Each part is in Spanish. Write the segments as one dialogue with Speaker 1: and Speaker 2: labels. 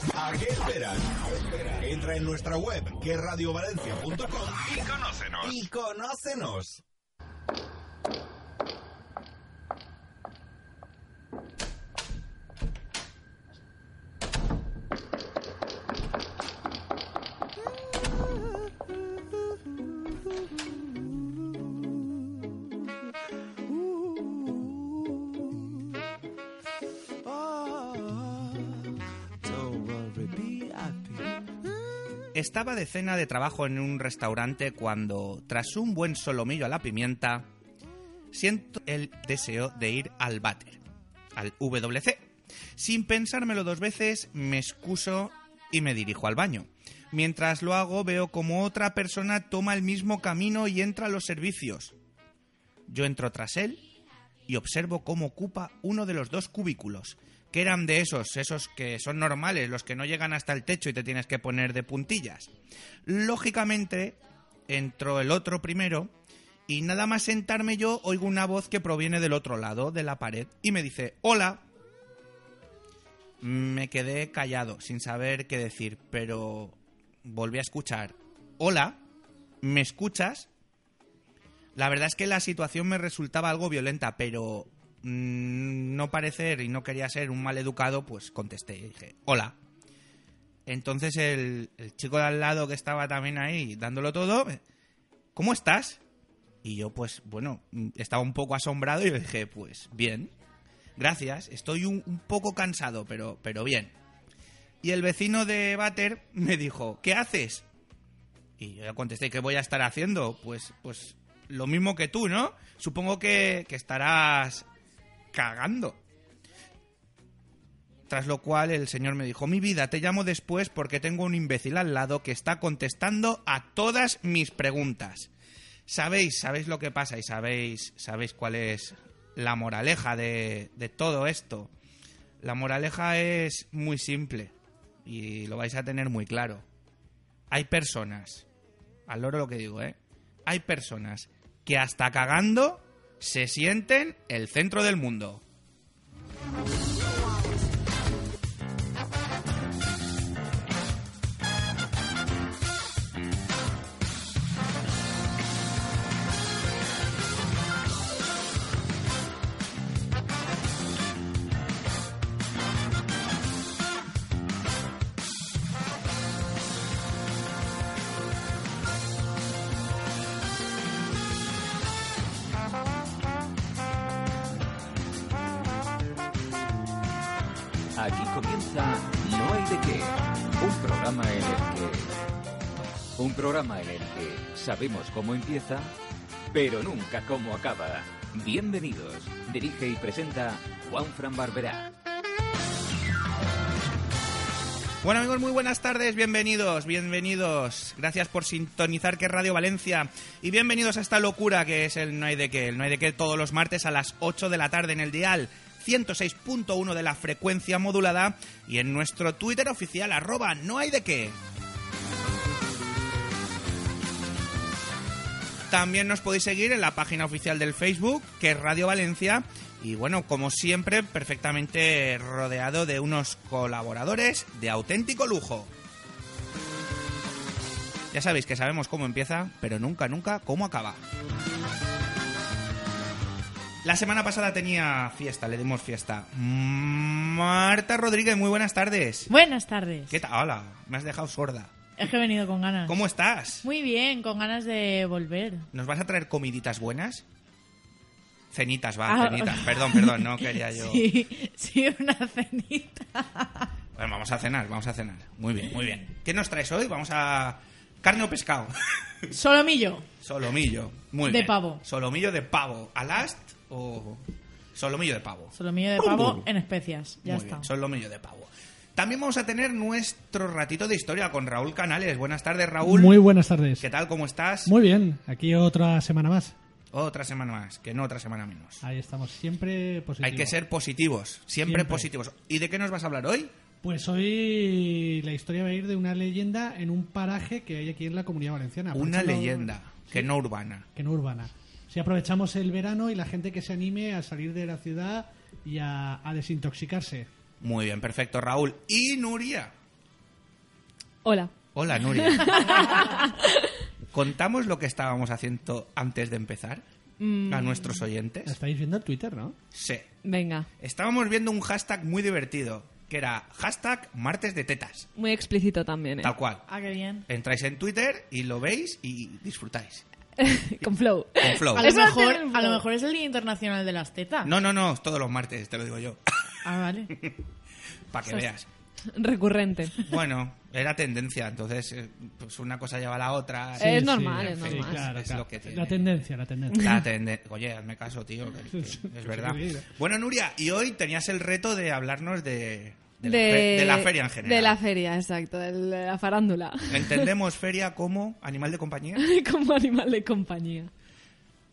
Speaker 1: ¿A qué esperas? Entra en nuestra web, querradiovalencia.com
Speaker 2: Y conócenos.
Speaker 1: y conócenos.
Speaker 3: Estaba de cena de trabajo en un restaurante cuando, tras un buen solomillo a la pimienta, siento el deseo de ir al váter, al WC. Sin pensármelo dos veces, me excuso y me dirijo al baño. Mientras lo hago, veo como otra persona toma el mismo camino y entra a los servicios. Yo entro tras él y observo cómo ocupa uno de los dos cubículos, que eran de esos, esos que son normales, los que no llegan hasta el techo y te tienes que poner de puntillas. Lógicamente, entró el otro primero y nada más sentarme yo oigo una voz que proviene del otro lado de la pared y me dice, hola. Me quedé callado, sin saber qué decir, pero volví a escuchar, hola, ¿me escuchas? La verdad es que la situación me resultaba algo violenta, pero mm, no parecer y no quería ser un mal educado, pues contesté y dije, hola. Entonces el, el chico de al lado que estaba también ahí dándolo todo, ¿cómo estás? Y yo pues bueno, mm, estaba un poco asombrado y le dije, pues bien, gracias, estoy un, un poco cansado, pero, pero bien. Y el vecino de Bater me dijo, ¿qué haces? Y yo le contesté, ¿qué voy a estar haciendo? Pues, pues lo mismo que tú, ¿no? Supongo que, que estarás cagando. Tras lo cual el señor me dijo, mi vida, te llamo después porque tengo un imbécil al lado que está contestando a todas mis preguntas. Sabéis, sabéis lo que pasa y sabéis, sabéis cuál es la moraleja de, de todo esto. La moraleja es muy simple y lo vais a tener muy claro. Hay personas al loro lo que digo, ¿eh? Hay personas que hasta cagando se sienten el centro del mundo.
Speaker 4: Aquí comienza No hay de qué, un programa en el que un programa en el que sabemos cómo empieza, pero nunca cómo acaba. Bienvenidos. Dirige y presenta Juan Fran Barberá.
Speaker 3: Bueno amigos, muy buenas tardes, bienvenidos, bienvenidos. Gracias por sintonizar que es Radio Valencia y bienvenidos a esta locura que es el No hay de qué, el No hay de qué todos los martes a las 8 de la tarde en el dial 106.1 de la frecuencia modulada y en nuestro Twitter oficial arroba No hay de qué. También nos podéis seguir en la página oficial del Facebook, que es Radio Valencia. Y bueno, como siempre, perfectamente rodeado de unos colaboradores de auténtico lujo. Ya sabéis que sabemos cómo empieza, pero nunca, nunca cómo acaba. La semana pasada tenía fiesta, le dimos fiesta. Marta Rodríguez, muy buenas tardes.
Speaker 5: Buenas tardes.
Speaker 3: ¿Qué tal? Hola, me has dejado sorda.
Speaker 5: Es que he venido con ganas.
Speaker 3: ¿Cómo estás?
Speaker 5: Muy bien, con ganas de volver.
Speaker 3: ¿Nos vas a traer comiditas buenas? Cenitas, va,
Speaker 5: Ah.
Speaker 3: cenitas. Perdón, perdón, no quería yo.
Speaker 5: Sí, sí, una cenita.
Speaker 3: Bueno, vamos a cenar, vamos a cenar. Muy bien, muy bien. ¿Qué nos traes hoy? Vamos a. Carne o pescado.
Speaker 5: Solomillo.
Speaker 3: Solomillo. Muy
Speaker 5: De
Speaker 3: bien.
Speaker 5: pavo.
Speaker 3: Solomillo de pavo. ¿Alast o.? Solomillo de pavo.
Speaker 5: Solomillo de pavo en especias. Ya
Speaker 3: Muy
Speaker 5: está.
Speaker 3: bien, solomillo de pavo. También vamos a tener nuestro ratito de historia con Raúl Canales. Buenas tardes, Raúl.
Speaker 6: Muy buenas tardes.
Speaker 3: ¿Qué tal? ¿Cómo estás?
Speaker 6: Muy bien, aquí otra semana más.
Speaker 3: Otra semana más, que no otra semana menos.
Speaker 6: Ahí estamos, siempre positivo.
Speaker 3: Hay que ser positivos, siempre,
Speaker 6: Siempre.
Speaker 3: positivos. ¿Y de qué nos vas a hablar hoy?
Speaker 6: Pues hoy la historia va a ir de una leyenda en un paraje que hay aquí en la Comunidad Valenciana.
Speaker 3: Una
Speaker 6: Aprovechando-
Speaker 3: leyenda, que no urbana.
Speaker 6: que no urbana. Si aprovechamos el verano y la gente que se anime a salir de la ciudad y a, a desintoxicarse.
Speaker 3: Muy bien, perfecto, Raúl. Y Nuria.
Speaker 7: Hola.
Speaker 3: Hola, Nuria. ¿Contamos lo que estábamos haciendo antes de empezar a nuestros
Speaker 6: La
Speaker 3: oyentes?
Speaker 6: estáis viendo en Twitter, ¿no?
Speaker 3: Sí.
Speaker 7: Venga.
Speaker 3: Estábamos viendo un hashtag muy divertido, que era hashtag martes de tetas.
Speaker 7: Muy explícito también, ¿eh?
Speaker 3: Tal cual.
Speaker 5: Ah, qué bien.
Speaker 3: Entráis en Twitter y lo veis y disfrutáis.
Speaker 7: Con flow.
Speaker 3: Con flow.
Speaker 5: A lo,
Speaker 7: Eso
Speaker 5: mejor,
Speaker 7: hace el-
Speaker 5: a lo mejor es el Día Internacional de las Tetas.
Speaker 3: No, no, no, todos los martes, te lo digo yo.
Speaker 5: Ah, vale.
Speaker 3: Para que veas.
Speaker 7: Recurrente.
Speaker 3: Bueno, era tendencia, entonces eh, pues una cosa lleva a la otra.
Speaker 7: Sí, Es normal, es
Speaker 6: sí,
Speaker 7: normal.
Speaker 6: claro,
Speaker 3: Es
Speaker 6: claro.
Speaker 3: lo que tiene.
Speaker 6: La tendencia, la tendencia.
Speaker 3: La tende- Oye, hazme caso, tío. que- que es verdad. Bueno, Nuria, y hoy tenías el reto de hablarnos de, de, la, fe- de la feria en general.
Speaker 7: De la feria, exacto. De la farándula.
Speaker 3: Entendemos feria como animal de compañía.
Speaker 7: Como animal de compañía.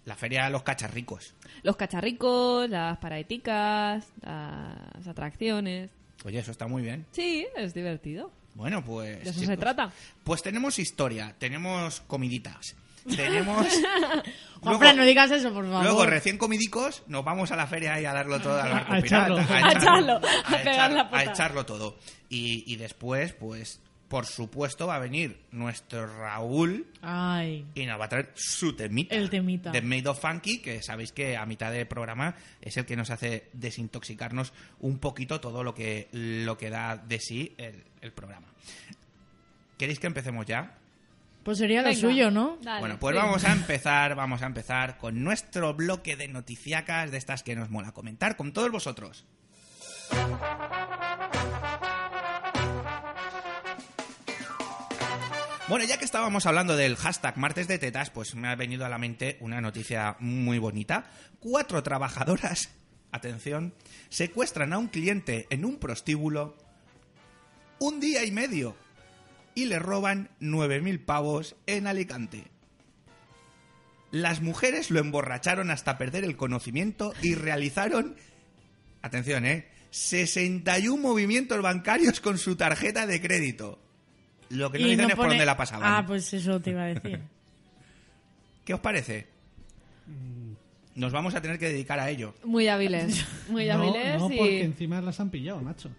Speaker 3: La feria de los cacharricos.
Speaker 7: Los cacharricos, las paraeticas, las atracciones.
Speaker 3: Oye, eso está muy bien.
Speaker 7: Sí, es divertido.
Speaker 3: Bueno, pues.
Speaker 7: De eso se
Speaker 3: chicos,
Speaker 7: trata.
Speaker 3: Pues tenemos historia, tenemos comiditas, tenemos.
Speaker 5: Juanfran, no digas eso, por favor.
Speaker 3: Luego, recién comidicos, nos vamos a la feria y a darlo todo a, los
Speaker 6: A- a echarlo.
Speaker 7: A echarlo, a pegar la
Speaker 3: a
Speaker 7: pota.
Speaker 3: echarlo todo. Y, y después, pues, por supuesto, va a venir nuestro Raúl
Speaker 5: Ay.
Speaker 3: y nos va a traer su temita.
Speaker 5: El temita.
Speaker 3: De Made of Funky, que sabéis que a mitad de programa es el que nos hace desintoxicarnos un poquito todo lo que, lo que da de sí el, el programa. ¿Queréis que empecemos ya?
Speaker 5: Pues sería lo
Speaker 7: Venga.
Speaker 5: suyo, ¿no?
Speaker 7: Dale,
Speaker 3: bueno, pues
Speaker 7: sí.
Speaker 3: vamos a empezar, vamos a empezar con nuestro bloque de noticiacas de estas que nos mola comentar con todos vosotros. Bueno, ya que estábamos hablando del hashtag martes de tetas, pues me ha venido a la mente una noticia muy bonita. Cuatro trabajadoras, atención, secuestran a un cliente en un prostíbulo un día y medio y le roban 9.000 pavos en Alicante. Las mujeres lo emborracharon hasta perder el conocimiento y realizaron, atención, ¿eh? 61 movimientos bancarios con su tarjeta de crédito. Lo que no dicen es por
Speaker 5: pone-
Speaker 3: dónde la pasaban.
Speaker 5: Ah, pues eso te iba a decir.
Speaker 3: ¿Qué os parece? Nos vamos a tener que dedicar a ello.
Speaker 7: Muy hábiles. Muy
Speaker 6: no,
Speaker 7: hábiles
Speaker 6: no,
Speaker 7: y...
Speaker 6: porque encima las han pillado, macho.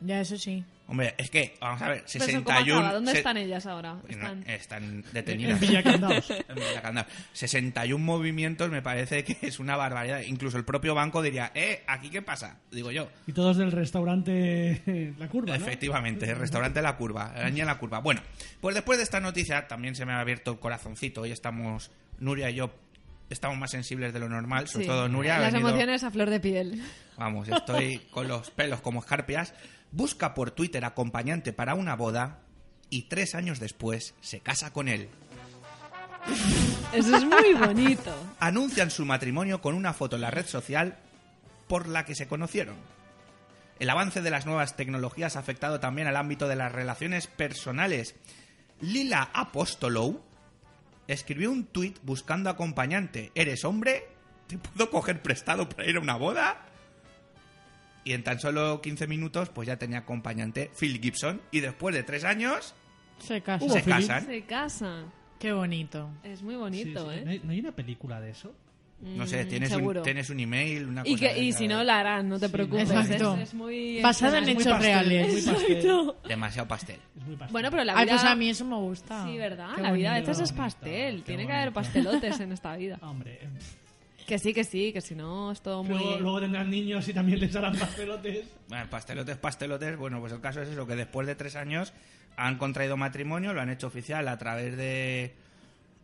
Speaker 5: ya, eso sí.
Speaker 3: Hombre, es que, vamos a ver,
Speaker 7: Pero eso, ¿cómo
Speaker 3: 61...
Speaker 7: acaba? ¿Dónde
Speaker 3: se- eh,
Speaker 7: están ellas ahora?
Speaker 3: Bueno,
Speaker 7: Están-
Speaker 3: están
Speaker 6: En
Speaker 3: detenidas.
Speaker 6: Villacandaos.
Speaker 3: En Vilacandao. 61 movimientos me parece que es una barbaridad. Incluso el propio banco diría, eh, ¿aquí qué pasa? Digo yo.
Speaker 6: Y todos del restaurante eh, La Curva, ¿no?
Speaker 3: Efectivamente, el restaurante La Curva, la niña La Curva. Bueno, pues después de esta noticia también se me ha abierto el corazoncito. Hoy estamos, Nuria y yo, estamos más sensibles de lo normal. Sobre
Speaker 7: Sí.
Speaker 3: todo Nuria. ha
Speaker 7: Las
Speaker 3: venido-
Speaker 7: emociones a flor de piel.
Speaker 3: Vamos, estoy con los pelos como escarpias. Busca por Twitter acompañante para una boda y tres años después se casa con él.
Speaker 7: Eso es muy bonito.
Speaker 3: anuncian su matrimonio con una foto en la red social por la que se conocieron. El avance de las nuevas tecnologías ha afectado también al ámbito de las relaciones personales. Lila Apostolou escribió un tuit buscando acompañante. ¿Eres hombre? ¿Te puedo coger prestado para ir a una boda? Y en tan solo 15 minutos, pues ya tenía acompañante Phil Gibson. Y después de tres años,
Speaker 5: Se casa.
Speaker 3: se
Speaker 6: Phil?
Speaker 3: casan.
Speaker 7: Se casan.
Speaker 5: Qué bonito.
Speaker 7: Es muy
Speaker 6: Sí, sí.
Speaker 7: bonito,
Speaker 6: ¿No
Speaker 7: ¿eh?
Speaker 6: hay- ¿No hay una película de eso?
Speaker 3: No sé,
Speaker 7: Mm,
Speaker 3: tienes,
Speaker 7: seguro.
Speaker 3: un, tienes un email, una
Speaker 7: Y,
Speaker 3: cosa
Speaker 7: que,
Speaker 3: de
Speaker 7: y
Speaker 3: esas.
Speaker 7: si no, la harán, no te preocupes. ¿eh?
Speaker 5: Exacto.
Speaker 7: Es, es muy...
Speaker 5: Basada en
Speaker 7: es muy
Speaker 5: hechos
Speaker 7: pastel.
Speaker 5: reales.
Speaker 6: Muy pastel.
Speaker 3: Demasiado pastel.
Speaker 6: Es muy pastel.
Speaker 7: Bueno, pero la vida...
Speaker 5: Ay, pues a mí eso me gusta.
Speaker 7: Sí, ¿verdad?
Speaker 5: Qué
Speaker 7: la vida a
Speaker 5: bonito.
Speaker 7: veces es
Speaker 6: Qué bonito,
Speaker 7: pastel.
Speaker 6: qué
Speaker 7: Tiene que haber
Speaker 6: bonito.
Speaker 7: pastelotes en esta vida.
Speaker 6: Hombre, em,
Speaker 7: Que sí, que sí, que si no es todo muy...
Speaker 6: luego, luego tendrán niños y también les harán pastelotes.
Speaker 3: Bueno, pastelotes, pastelotes. Bueno, pues el caso es eso, que después de tres años han contraído matrimonio, lo han hecho oficial a través de,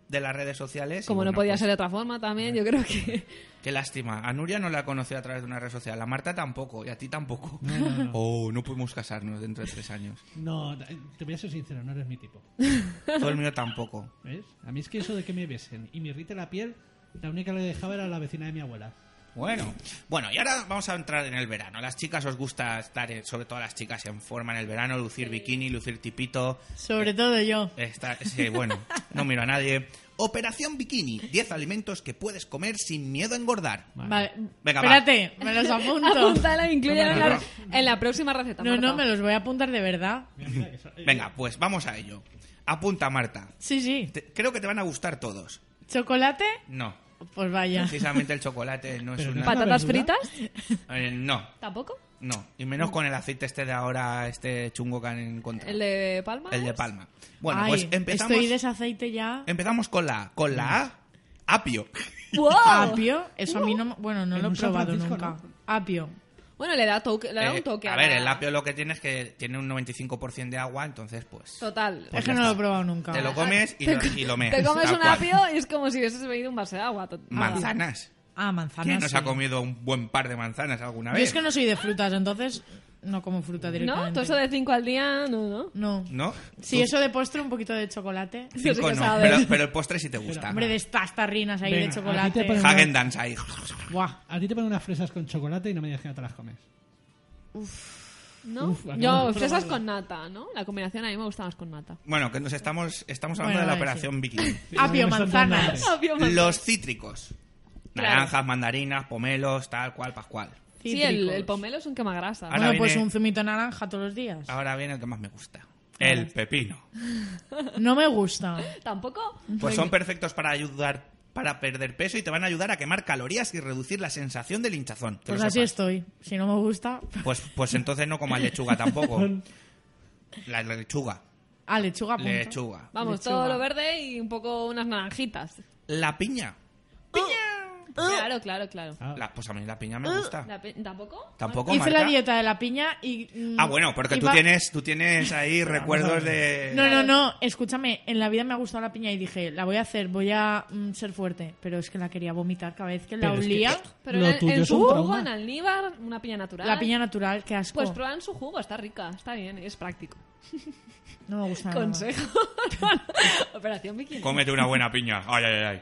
Speaker 3: de las redes sociales. y
Speaker 7: Como
Speaker 3: bueno,
Speaker 7: no podía
Speaker 3: pues,
Speaker 7: ser de otra forma también, yo creo que...
Speaker 3: Qué lástima. A Nuria no la conocí a través de una red social, a Marta tampoco, y a ti tampoco. Oh, no pudimos casarnos dentro de tres años.
Speaker 6: No, te voy a ser sincero, no eres mi tipo.
Speaker 3: Todo el mío tampoco.
Speaker 6: ¿Ves? A mí es que eso de que me besen y me irrite la piel, la única que le dejaba era la vecina de mi abuela.
Speaker 3: Bueno, bueno, y ahora vamos a entrar en el verano. Las chicas os gusta estar, en- sobre todo las chicas en forma en el verano, lucir bikini, lucir tipito.
Speaker 5: Sobre todo yo.
Speaker 3: Está, sí, bueno, no miro a nadie. Operación Bikini, 10 alimentos que puedes comer sin miedo a engordar.
Speaker 5: Vale.
Speaker 3: Venga, va.
Speaker 5: Espérate, me los apunto.
Speaker 7: Apúntala, inclúyela en,
Speaker 3: No,
Speaker 7: la, en la próxima receta.
Speaker 5: No, no,
Speaker 7: Marta.
Speaker 5: me los voy a apuntar de verdad.
Speaker 3: Venga, pues vamos a ello. Apunta, Marta.
Speaker 5: Sí, sí.
Speaker 3: Te- creo que te van a gustar todos.
Speaker 5: ¿Chocolate?
Speaker 3: No,
Speaker 5: Pues vaya.
Speaker 3: precisamente el chocolate no es
Speaker 6: Pero
Speaker 3: una...
Speaker 6: no.
Speaker 7: ¿Patatas
Speaker 6: ¿Verdura?
Speaker 7: fritas?
Speaker 3: Eh, no,
Speaker 7: ¿Tampoco?
Speaker 3: no. Y menos con el aceite este de ahora, este chungo que han encontrado.
Speaker 7: ¿El de palma?
Speaker 3: El de palma. Bueno,
Speaker 5: Ay,
Speaker 3: pues empezamos, Em-
Speaker 5: Estoy desaceite ya.
Speaker 3: empezamos con la A. Con la A, apio.
Speaker 7: ¡Wow!
Speaker 5: Apio, eso a mí no, bueno, no
Speaker 6: En
Speaker 5: lo he
Speaker 6: un San
Speaker 5: probado
Speaker 6: Francisco,
Speaker 5: nunca.
Speaker 6: ¿no?
Speaker 5: Apio.
Speaker 7: Bueno, le da, toque, le da
Speaker 3: Eh,
Speaker 7: un toque.
Speaker 3: a ver,
Speaker 7: la-
Speaker 3: el apio lo que tiene es que tiene un 95% de agua, entonces pues...
Speaker 7: Total.
Speaker 3: Pues
Speaker 5: es que
Speaker 3: ya
Speaker 5: no lo he
Speaker 3: está.
Speaker 5: probado nunca.
Speaker 3: Te lo comes y
Speaker 7: Te
Speaker 3: lo,
Speaker 7: co-
Speaker 3: y lo meas,
Speaker 7: Te comes
Speaker 3: tal
Speaker 7: un
Speaker 3: cual.
Speaker 7: apio y es como si hubieses bebido un vaso de agua. to-
Speaker 3: Manzanas.
Speaker 5: Ah, manzanas.
Speaker 3: ¿Quién nos ha
Speaker 5: sí.
Speaker 3: comido un buen par de manzanas alguna
Speaker 5: Yo
Speaker 3: vez?
Speaker 5: es que no soy de frutas, entonces no como fruta directamente.
Speaker 7: ¿No? Todo eso de 5 al día, no, no.
Speaker 5: No.
Speaker 3: ¿No?
Speaker 5: Sí,
Speaker 3: Tú-
Speaker 5: eso de postre, un poquito de chocolate.
Speaker 7: Yo sé
Speaker 3: cinco
Speaker 7: que
Speaker 3: no,
Speaker 7: sabes.
Speaker 3: pero, pero el postre sí te gusta.
Speaker 5: Hombre, de estas tarrinas ahí
Speaker 6: Venga,
Speaker 5: de
Speaker 6: aquí te
Speaker 5: chocolate.
Speaker 6: ponen-
Speaker 3: Hagen Dance ahí.
Speaker 5: Buah.
Speaker 6: A ti te ponen unas fresas con chocolate y no me digas que no te las comes.
Speaker 7: ¿No?
Speaker 6: Uf, acabo
Speaker 7: Yo,
Speaker 6: de
Speaker 7: fresas
Speaker 6: probarlo.
Speaker 7: con nata, ¿no? La combinación a mí me gusta más con nata.
Speaker 3: Bueno, que nos estamos, estamos hablando
Speaker 5: Bueno,
Speaker 3: de la
Speaker 5: vale,
Speaker 3: operación bikini.
Speaker 5: Apio,
Speaker 6: Me están dando
Speaker 5: manzanas.
Speaker 6: hambre.
Speaker 7: Apio, manzana.
Speaker 3: Los cítricos.
Speaker 7: Claro.
Speaker 3: Naranjas, mandarinas, pomelos, tal cual, pascual.
Speaker 7: Sí, el,
Speaker 5: Cítricos.
Speaker 7: el pomelo es un quemagrasa.
Speaker 3: Ahora
Speaker 5: Bueno, pues
Speaker 3: viene- Ah.
Speaker 5: un zumito de naranja todos los días.
Speaker 3: Ahora viene el que más me gusta. El pepino.
Speaker 5: No me gusta.
Speaker 7: ¿Tampoco?
Speaker 3: Pues son perfectos para ayudar para perder peso y te van a ayudar a quemar calorías y reducir la sensación del hinchazón. que
Speaker 5: Pues
Speaker 3: lo
Speaker 5: así
Speaker 3: sepas.
Speaker 5: estoy. Si no me gusta.
Speaker 3: Pues, pues entonces no comas lechuga tampoco. La lechuga.
Speaker 5: Ah, lechuga. punto.
Speaker 3: Lechuga.
Speaker 7: Vamos,
Speaker 5: Lechuga.
Speaker 7: todo lo verde y un poco unas naranjitas.
Speaker 3: La piña.
Speaker 6: Uh.
Speaker 7: Claro, claro, claro.
Speaker 6: Ah.
Speaker 3: La- pues a mí la piña me gusta.
Speaker 7: La pe- ¿Tampoco?
Speaker 3: Tampoco,
Speaker 5: Hice la
Speaker 3: Marta?
Speaker 5: dieta de la piña y. mm,
Speaker 3: Ah, bueno, porque tú
Speaker 5: iba-
Speaker 3: tienes, eh, tú tienes ahí recuerdos de...
Speaker 5: No, no, no, escúchame, en la vida me ha gustado la piña y dije, la voy a hacer, voy a mm, ser fuerte, pero es que la quería vomitar cada vez que la
Speaker 6: Pero es que-
Speaker 5: olía.
Speaker 7: Pero
Speaker 6: Lo
Speaker 7: en,
Speaker 6: tuyo
Speaker 7: en
Speaker 6: es
Speaker 7: su
Speaker 6: un
Speaker 7: jugo,
Speaker 6: trauma.
Speaker 7: en almíbar, una piña natural.
Speaker 5: La piña natural, qué asco.
Speaker 7: Pues prueban su jugo, está rica, está bien, es práctico.
Speaker 5: no me
Speaker 6: Ah.
Speaker 5: gusta. nada.
Speaker 7: Consejo. Operación bikini.
Speaker 3: Cómete una buena piña. Ay, ay, ay.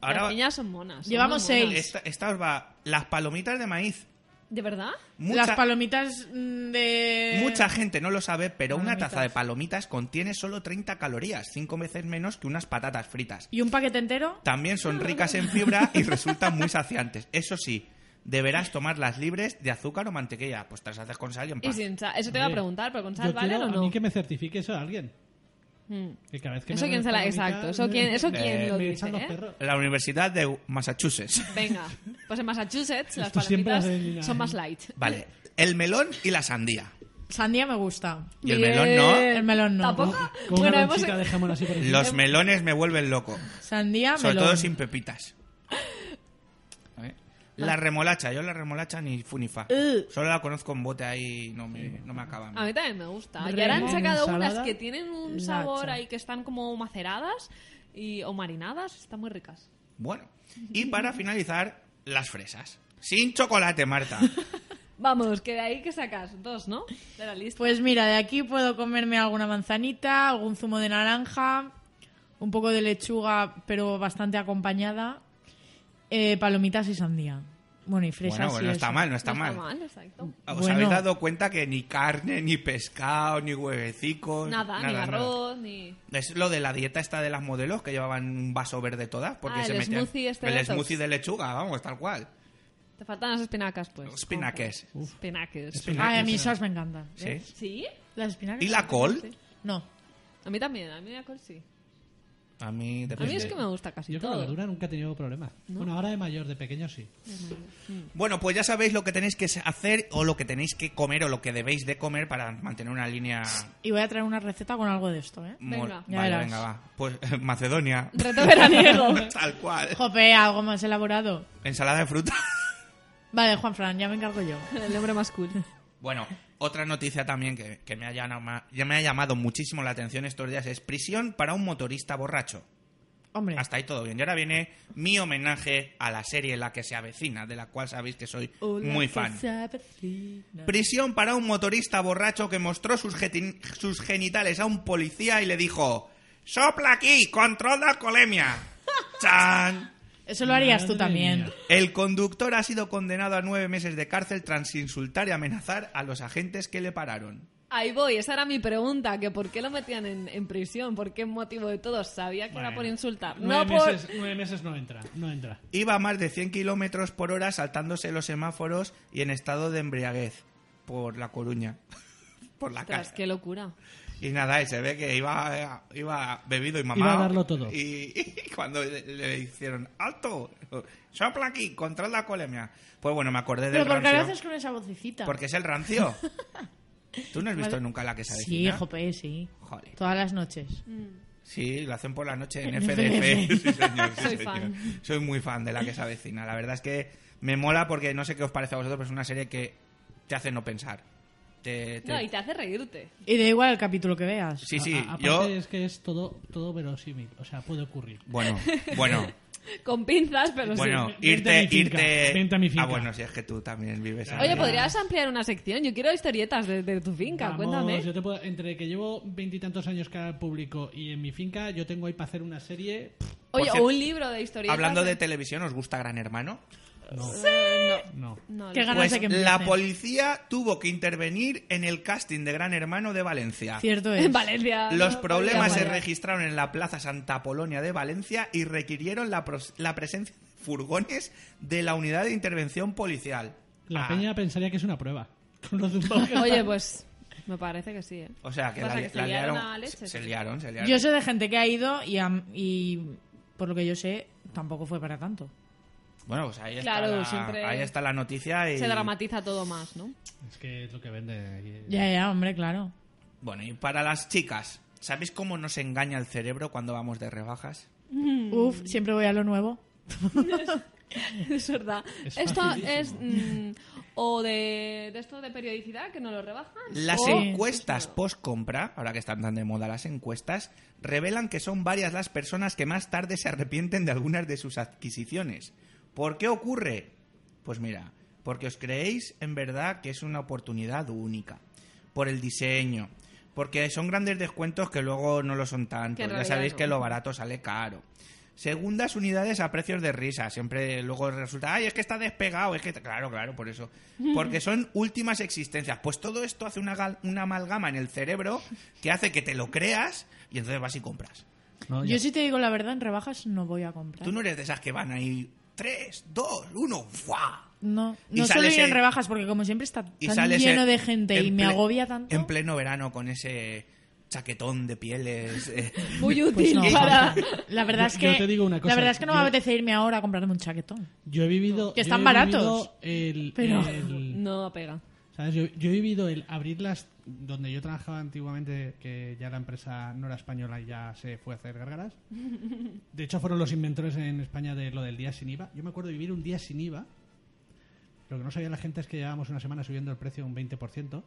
Speaker 7: Las
Speaker 3: Ahora,
Speaker 7: piñas son monas. son
Speaker 5: Llevamos
Speaker 7: muy monas.
Speaker 5: seis.
Speaker 3: esta, esta os va... Las palomitas de maíz.
Speaker 7: ¿De verdad?
Speaker 3: Mucha,
Speaker 5: Las palomitas mm, de...
Speaker 3: mucha gente no lo sabe, pero una
Speaker 5: palomitas.
Speaker 3: taza de palomitas contiene solo 30 calorías, cinco veces menos que unas patatas fritas.
Speaker 5: ¿Y un paquete entero?
Speaker 3: También son ricas en fibra y resultan muy saciantes. Eso sí, deberás tomarlas libres de azúcar o mantequilla. Pues te las haces con sal y en
Speaker 7: Y
Speaker 3: paz.
Speaker 7: sin sal- Eso te iba a
Speaker 6: Oye,
Speaker 7: preguntar, pero con
Speaker 6: Yo
Speaker 7: sal valen
Speaker 6: quiero
Speaker 7: o
Speaker 6: A
Speaker 7: no.
Speaker 6: mí que me certifique eso a alguien.
Speaker 7: Mm.
Speaker 6: Que cada vez que
Speaker 7: Eso
Speaker 6: me
Speaker 7: quién se la-
Speaker 6: voy a vomitar,
Speaker 7: exacto, eso
Speaker 6: me-
Speaker 7: quién- eso
Speaker 6: me-
Speaker 7: quién lo
Speaker 6: me
Speaker 7: dice,
Speaker 6: echan los
Speaker 7: ¿eh?
Speaker 6: perros.
Speaker 3: La Universidad de Massachusetts.
Speaker 7: Venga, pues en Massachusetts las
Speaker 6: Esto siempre
Speaker 7: palomitas
Speaker 6: las adivinas,
Speaker 7: son
Speaker 6: ¿eh?
Speaker 7: más light.
Speaker 3: Vale. El melón y la sandía.
Speaker 5: Sandía me gusta.
Speaker 3: Y el
Speaker 7: Bien.
Speaker 3: melón no.
Speaker 5: El melón no.
Speaker 7: ¿Tampoco?
Speaker 6: Con
Speaker 7: Bueno,
Speaker 6: una
Speaker 7: hemos...
Speaker 6: lonchita de jamón así por encima.
Speaker 3: Los melones me vuelven loco.
Speaker 5: Sandía,
Speaker 3: Sobre
Speaker 5: Ah, melón.
Speaker 3: todo sin pepitas. ¿Eh? La remolacha. Yo la remolacha ni funifa.
Speaker 5: Ugh.
Speaker 3: Solo la conozco en bote ahí. No me, no me acaba.
Speaker 7: A mí también me gusta. Y
Speaker 5: Remolacha.
Speaker 7: ahora han sacado unas
Speaker 6: Ensalada.
Speaker 7: que tienen un sabor
Speaker 5: Nacho.
Speaker 7: ahí que están como maceradas y, o marinadas. Están muy ricas.
Speaker 3: Bueno. Y para finalizar, las fresas. Sin chocolate, Marta.
Speaker 7: Vamos, que de ahí que sacas dos, ¿no? De la lista.
Speaker 5: Pues mira, de aquí puedo comerme alguna manzanita, algún zumo de naranja, un poco de lechuga, pero bastante acompañada, eh, palomitas y sandía. Bueno, y fresas.
Speaker 3: bueno,
Speaker 5: y
Speaker 3: pues no está
Speaker 5: eso.
Speaker 3: mal, no está
Speaker 7: No
Speaker 3: mal.
Speaker 7: exacto.
Speaker 3: ¿Os
Speaker 5: Bueno.
Speaker 3: habéis dado cuenta que ni carne, ni pescado, ni
Speaker 6: Pues
Speaker 3: huevecicos?
Speaker 7: Nada, ni
Speaker 3: nada.
Speaker 7: arroz, ni...
Speaker 3: Es lo de la dieta esta de las modelos que llevaban un vaso verde todas porque
Speaker 7: Ah,
Speaker 3: se
Speaker 7: el
Speaker 3: metían
Speaker 7: smoothie este
Speaker 3: el
Speaker 7: de
Speaker 3: smoothie
Speaker 7: detox.
Speaker 3: de lechuga, vamos, tal cual.
Speaker 7: Te faltan las espinacas, pues.
Speaker 3: Espinaques.
Speaker 7: Espinaques. Ah,
Speaker 5: Ay, Ah, a mí esas me encantan.
Speaker 3: ¿eh?
Speaker 5: ¿eh?
Speaker 3: Sí.
Speaker 7: ¿Sí?
Speaker 5: ¿Las espinacas?
Speaker 3: ¿Y la col?
Speaker 7: Sí.
Speaker 5: No.
Speaker 7: A mí también, a mí la col sí.
Speaker 3: A mí
Speaker 7: A mí es
Speaker 3: depende.
Speaker 7: que me gusta casi
Speaker 6: Yo con la
Speaker 7: todo.
Speaker 6: verdura nunca he tenido problemas. Bueno, ahora de mayor, de pequeño sí.
Speaker 3: Bueno, pues ya sabéis lo que tenéis que hacer o lo que tenéis que comer o lo que debéis de comer para mantener una línea
Speaker 5: Y voy a traer una receta con algo de esto, ¿eh?
Speaker 3: mol-
Speaker 7: Venga.
Speaker 5: Ya
Speaker 3: Vale,
Speaker 5: verás.
Speaker 3: venga, va. Pues Macedonia.
Speaker 7: Reto veraniego.
Speaker 3: tal cual.
Speaker 5: Jope, algo más elaborado.
Speaker 3: Ensalada de fruta.
Speaker 5: Vale, Juanfran, ya me encargo yo.
Speaker 7: El hombre más cool.
Speaker 3: Bueno, otra noticia también que, que me, ha llama- ya me ha llamado muchísimo la atención estos días es prisión para un motorista borracho.
Speaker 5: Hombre,
Speaker 3: Hasta ahí todo bien. Y ahora viene mi homenaje a la serie La que se avecina, de la cual sabéis que soy muy fan. Prisión para un motorista borracho que mostró sus, geti- sus genitales a un policía y le dijo: ¡Sopla aquí! ¡Control de alcoholemia! ¡Chan!
Speaker 5: Eso lo harías tú
Speaker 6: Madre
Speaker 5: también.
Speaker 6: mía.
Speaker 3: El conductor ha sido condenado a nueve meses de cárcel tras insultar y amenazar a los agentes que le pararon.
Speaker 7: Ahí voy, esa era mi pregunta, que por qué lo metían en, en prisión, por qué motivo de todo, sabía que era
Speaker 6: Bueno,
Speaker 7: por insultar.
Speaker 6: Nueve,
Speaker 7: No por...
Speaker 6: meses, nueve meses no entra, no entra.
Speaker 3: Iba a más de 100 kilómetros por hora saltándose los semáforos y en estado de embriaguez. Por La Coruña. por la
Speaker 7: Ostras,
Speaker 3: casa.
Speaker 7: qué locura.
Speaker 3: Y nada, y se ve que iba, iba bebido y mamado.
Speaker 6: Iba a darlo todo.
Speaker 3: Y, y cuando le, le hicieron, ¡alto! ¡Sopla aquí! ¡Control la colemia! Pues bueno, me acordé del
Speaker 5: Pero ¿por qué lo
Speaker 3: rancio.
Speaker 5: haces con esa vocecita?
Speaker 3: Porque es el rancio. ¿Tú no has visto
Speaker 5: Madre-
Speaker 3: nunca la que se
Speaker 5: Sí,
Speaker 3: avecina?
Speaker 5: jope, sí.
Speaker 3: Joder.
Speaker 5: Todas las noches.
Speaker 3: Sí, lo hacen por la noche en
Speaker 5: En
Speaker 3: FDF.
Speaker 5: FDF.
Speaker 3: Sí, señor, sí,
Speaker 7: Soy
Speaker 3: señor.
Speaker 7: fan.
Speaker 3: Soy muy fan de la que se avecina. La verdad es que me mola porque no sé qué os parece a vosotros, pero es una serie que te hace no pensar. Te- te-
Speaker 7: No, y te hace reírte.
Speaker 5: Y da igual el capítulo que veas.
Speaker 3: Sí, sí,
Speaker 6: A- a- aparte
Speaker 3: yo...
Speaker 6: es que es todo, todo verosímil, o sea, puede ocurrir.
Speaker 3: Bueno, bueno,
Speaker 7: Con pinzas, pero
Speaker 3: bueno,
Speaker 7: sí.
Speaker 6: Vente a
Speaker 3: irte,
Speaker 6: mi finca,
Speaker 3: irte...
Speaker 6: vente a mi finca.
Speaker 3: Ah, bueno, si es que tú también vives
Speaker 7: Oye,
Speaker 3: ahí.
Speaker 7: podrías ampliar una sección. Yo quiero historietas de, de tu finca,
Speaker 6: Vamos,
Speaker 7: cuéntame.
Speaker 6: yo te puedo- entre que llevo veintitantos años cara al público y en mi finca, yo tengo ahí para hacer una serie. pff,
Speaker 3: Por
Speaker 7: Oye,
Speaker 3: cierto,
Speaker 7: o un libro de historietas.
Speaker 3: Hablando de televisión, ¿os gusta Gran Hermano?
Speaker 6: No.
Speaker 7: Ah, No,
Speaker 5: Qué
Speaker 7: lo-
Speaker 5: ganas
Speaker 3: Pues
Speaker 5: de que empiece.
Speaker 3: la policía tuvo que intervenir en el casting de Gran Hermano de Valencia.
Speaker 5: Cierto es.
Speaker 7: en Valencia.
Speaker 3: Pues, Los
Speaker 7: no,
Speaker 3: problemas se
Speaker 7: Valencia.
Speaker 3: registraron en la Plaza Santa Polonia de Valencia y requirieron la, pros- la presencia de furgones de la unidad de intervención policial.
Speaker 6: La
Speaker 3: Ah,
Speaker 6: peña pensaría que es una prueba. Con lo zumbado que-
Speaker 7: Oye, pues me parece que sí, ¿eh?
Speaker 3: O sea, que,
Speaker 7: Pasa
Speaker 3: la,
Speaker 7: que se
Speaker 3: la
Speaker 7: liaron
Speaker 3: liaron,
Speaker 7: a leches.
Speaker 3: se liaron, se liaron.
Speaker 5: Yo sé de gente que ha ido y, am- y por lo que yo sé, tampoco fue para tanto.
Speaker 3: Bueno, pues ahí está,
Speaker 7: Claro,
Speaker 3: la,
Speaker 7: siempre
Speaker 3: ahí está la noticia y...
Speaker 7: Se dramatiza todo más, ¿no?
Speaker 6: Es que es lo que vende. aquí.
Speaker 5: Ya, ya, hombre, claro.
Speaker 3: Bueno, y para las chicas, ¿sabéis cómo nos engaña el cerebro cuando vamos de rebajas?
Speaker 5: Uf, siempre voy a lo nuevo.
Speaker 7: Es verdad.
Speaker 6: Es
Speaker 7: esto
Speaker 6: facilísimo.
Speaker 7: es. mm, o de, de esto de periodicidad, que no lo rebajan.
Speaker 3: Las
Speaker 7: o-
Speaker 3: encuestas post-compra, ahora que están tan de moda las encuestas, revelan que son varias las personas que más tarde se arrepienten de algunas de sus adquisiciones. ¿Por qué ocurre? Pues mira, porque os creéis en verdad que es una oportunidad única. Por el diseño. Porque son grandes descuentos que luego no lo son tanto.
Speaker 7: Que en
Speaker 3: Pues Ya
Speaker 7: realidad
Speaker 3: sabéis
Speaker 7: no.
Speaker 3: que lo barato sale caro. Segundas unidades a precios de risa. Siempre luego resulta, ay, es que está despegado. Es que, claro, claro, por eso. Porque son últimas existencias. Pues todo esto hace una, gal- una amalgama en el cerebro que hace que te lo creas y entonces vas y compras.
Speaker 6: No, ya.
Speaker 5: Yo si te digo la verdad, en rebajas no voy a comprar.
Speaker 3: Tú no eres de esas que van ahí, tres, dos, uno, ¡buah!
Speaker 5: No,
Speaker 3: Y
Speaker 5: no
Speaker 3: sale
Speaker 5: solo ir en
Speaker 3: ese-
Speaker 5: rebajas, porque como siempre está tan
Speaker 3: y sales
Speaker 5: lleno
Speaker 3: en-
Speaker 5: de gente y
Speaker 3: en
Speaker 5: me
Speaker 3: ple-
Speaker 5: agobia tanto.
Speaker 3: En pleno verano con ese chaquetón de pieles. eh.
Speaker 7: Muy
Speaker 5: pues
Speaker 7: útil
Speaker 5: no,
Speaker 7: para.
Speaker 5: Juanjo. la verdad es
Speaker 6: Yo-
Speaker 5: que
Speaker 6: yo te digo una cosa,
Speaker 5: la verdad es que no
Speaker 6: yo-
Speaker 5: me apetece irme ahora a comprarme un chaquetón.
Speaker 6: Yo he vivido.
Speaker 5: Que
Speaker 6: yo
Speaker 5: están
Speaker 6: he
Speaker 5: baratos,
Speaker 6: vivido el-
Speaker 5: pero-
Speaker 6: el-
Speaker 7: No pega.
Speaker 6: ¿Sabes? Yo, yo he vivido el abrir las. Donde yo trabajaba antiguamente, que ya la empresa no era española y ya se fue a hacer gárgaras. De hecho, fueron los inventores en España de lo del día sin IVA. Yo me acuerdo de vivir un día sin IVA. Lo que no sabía la gente es que llevábamos una semana subiendo el precio un 20%.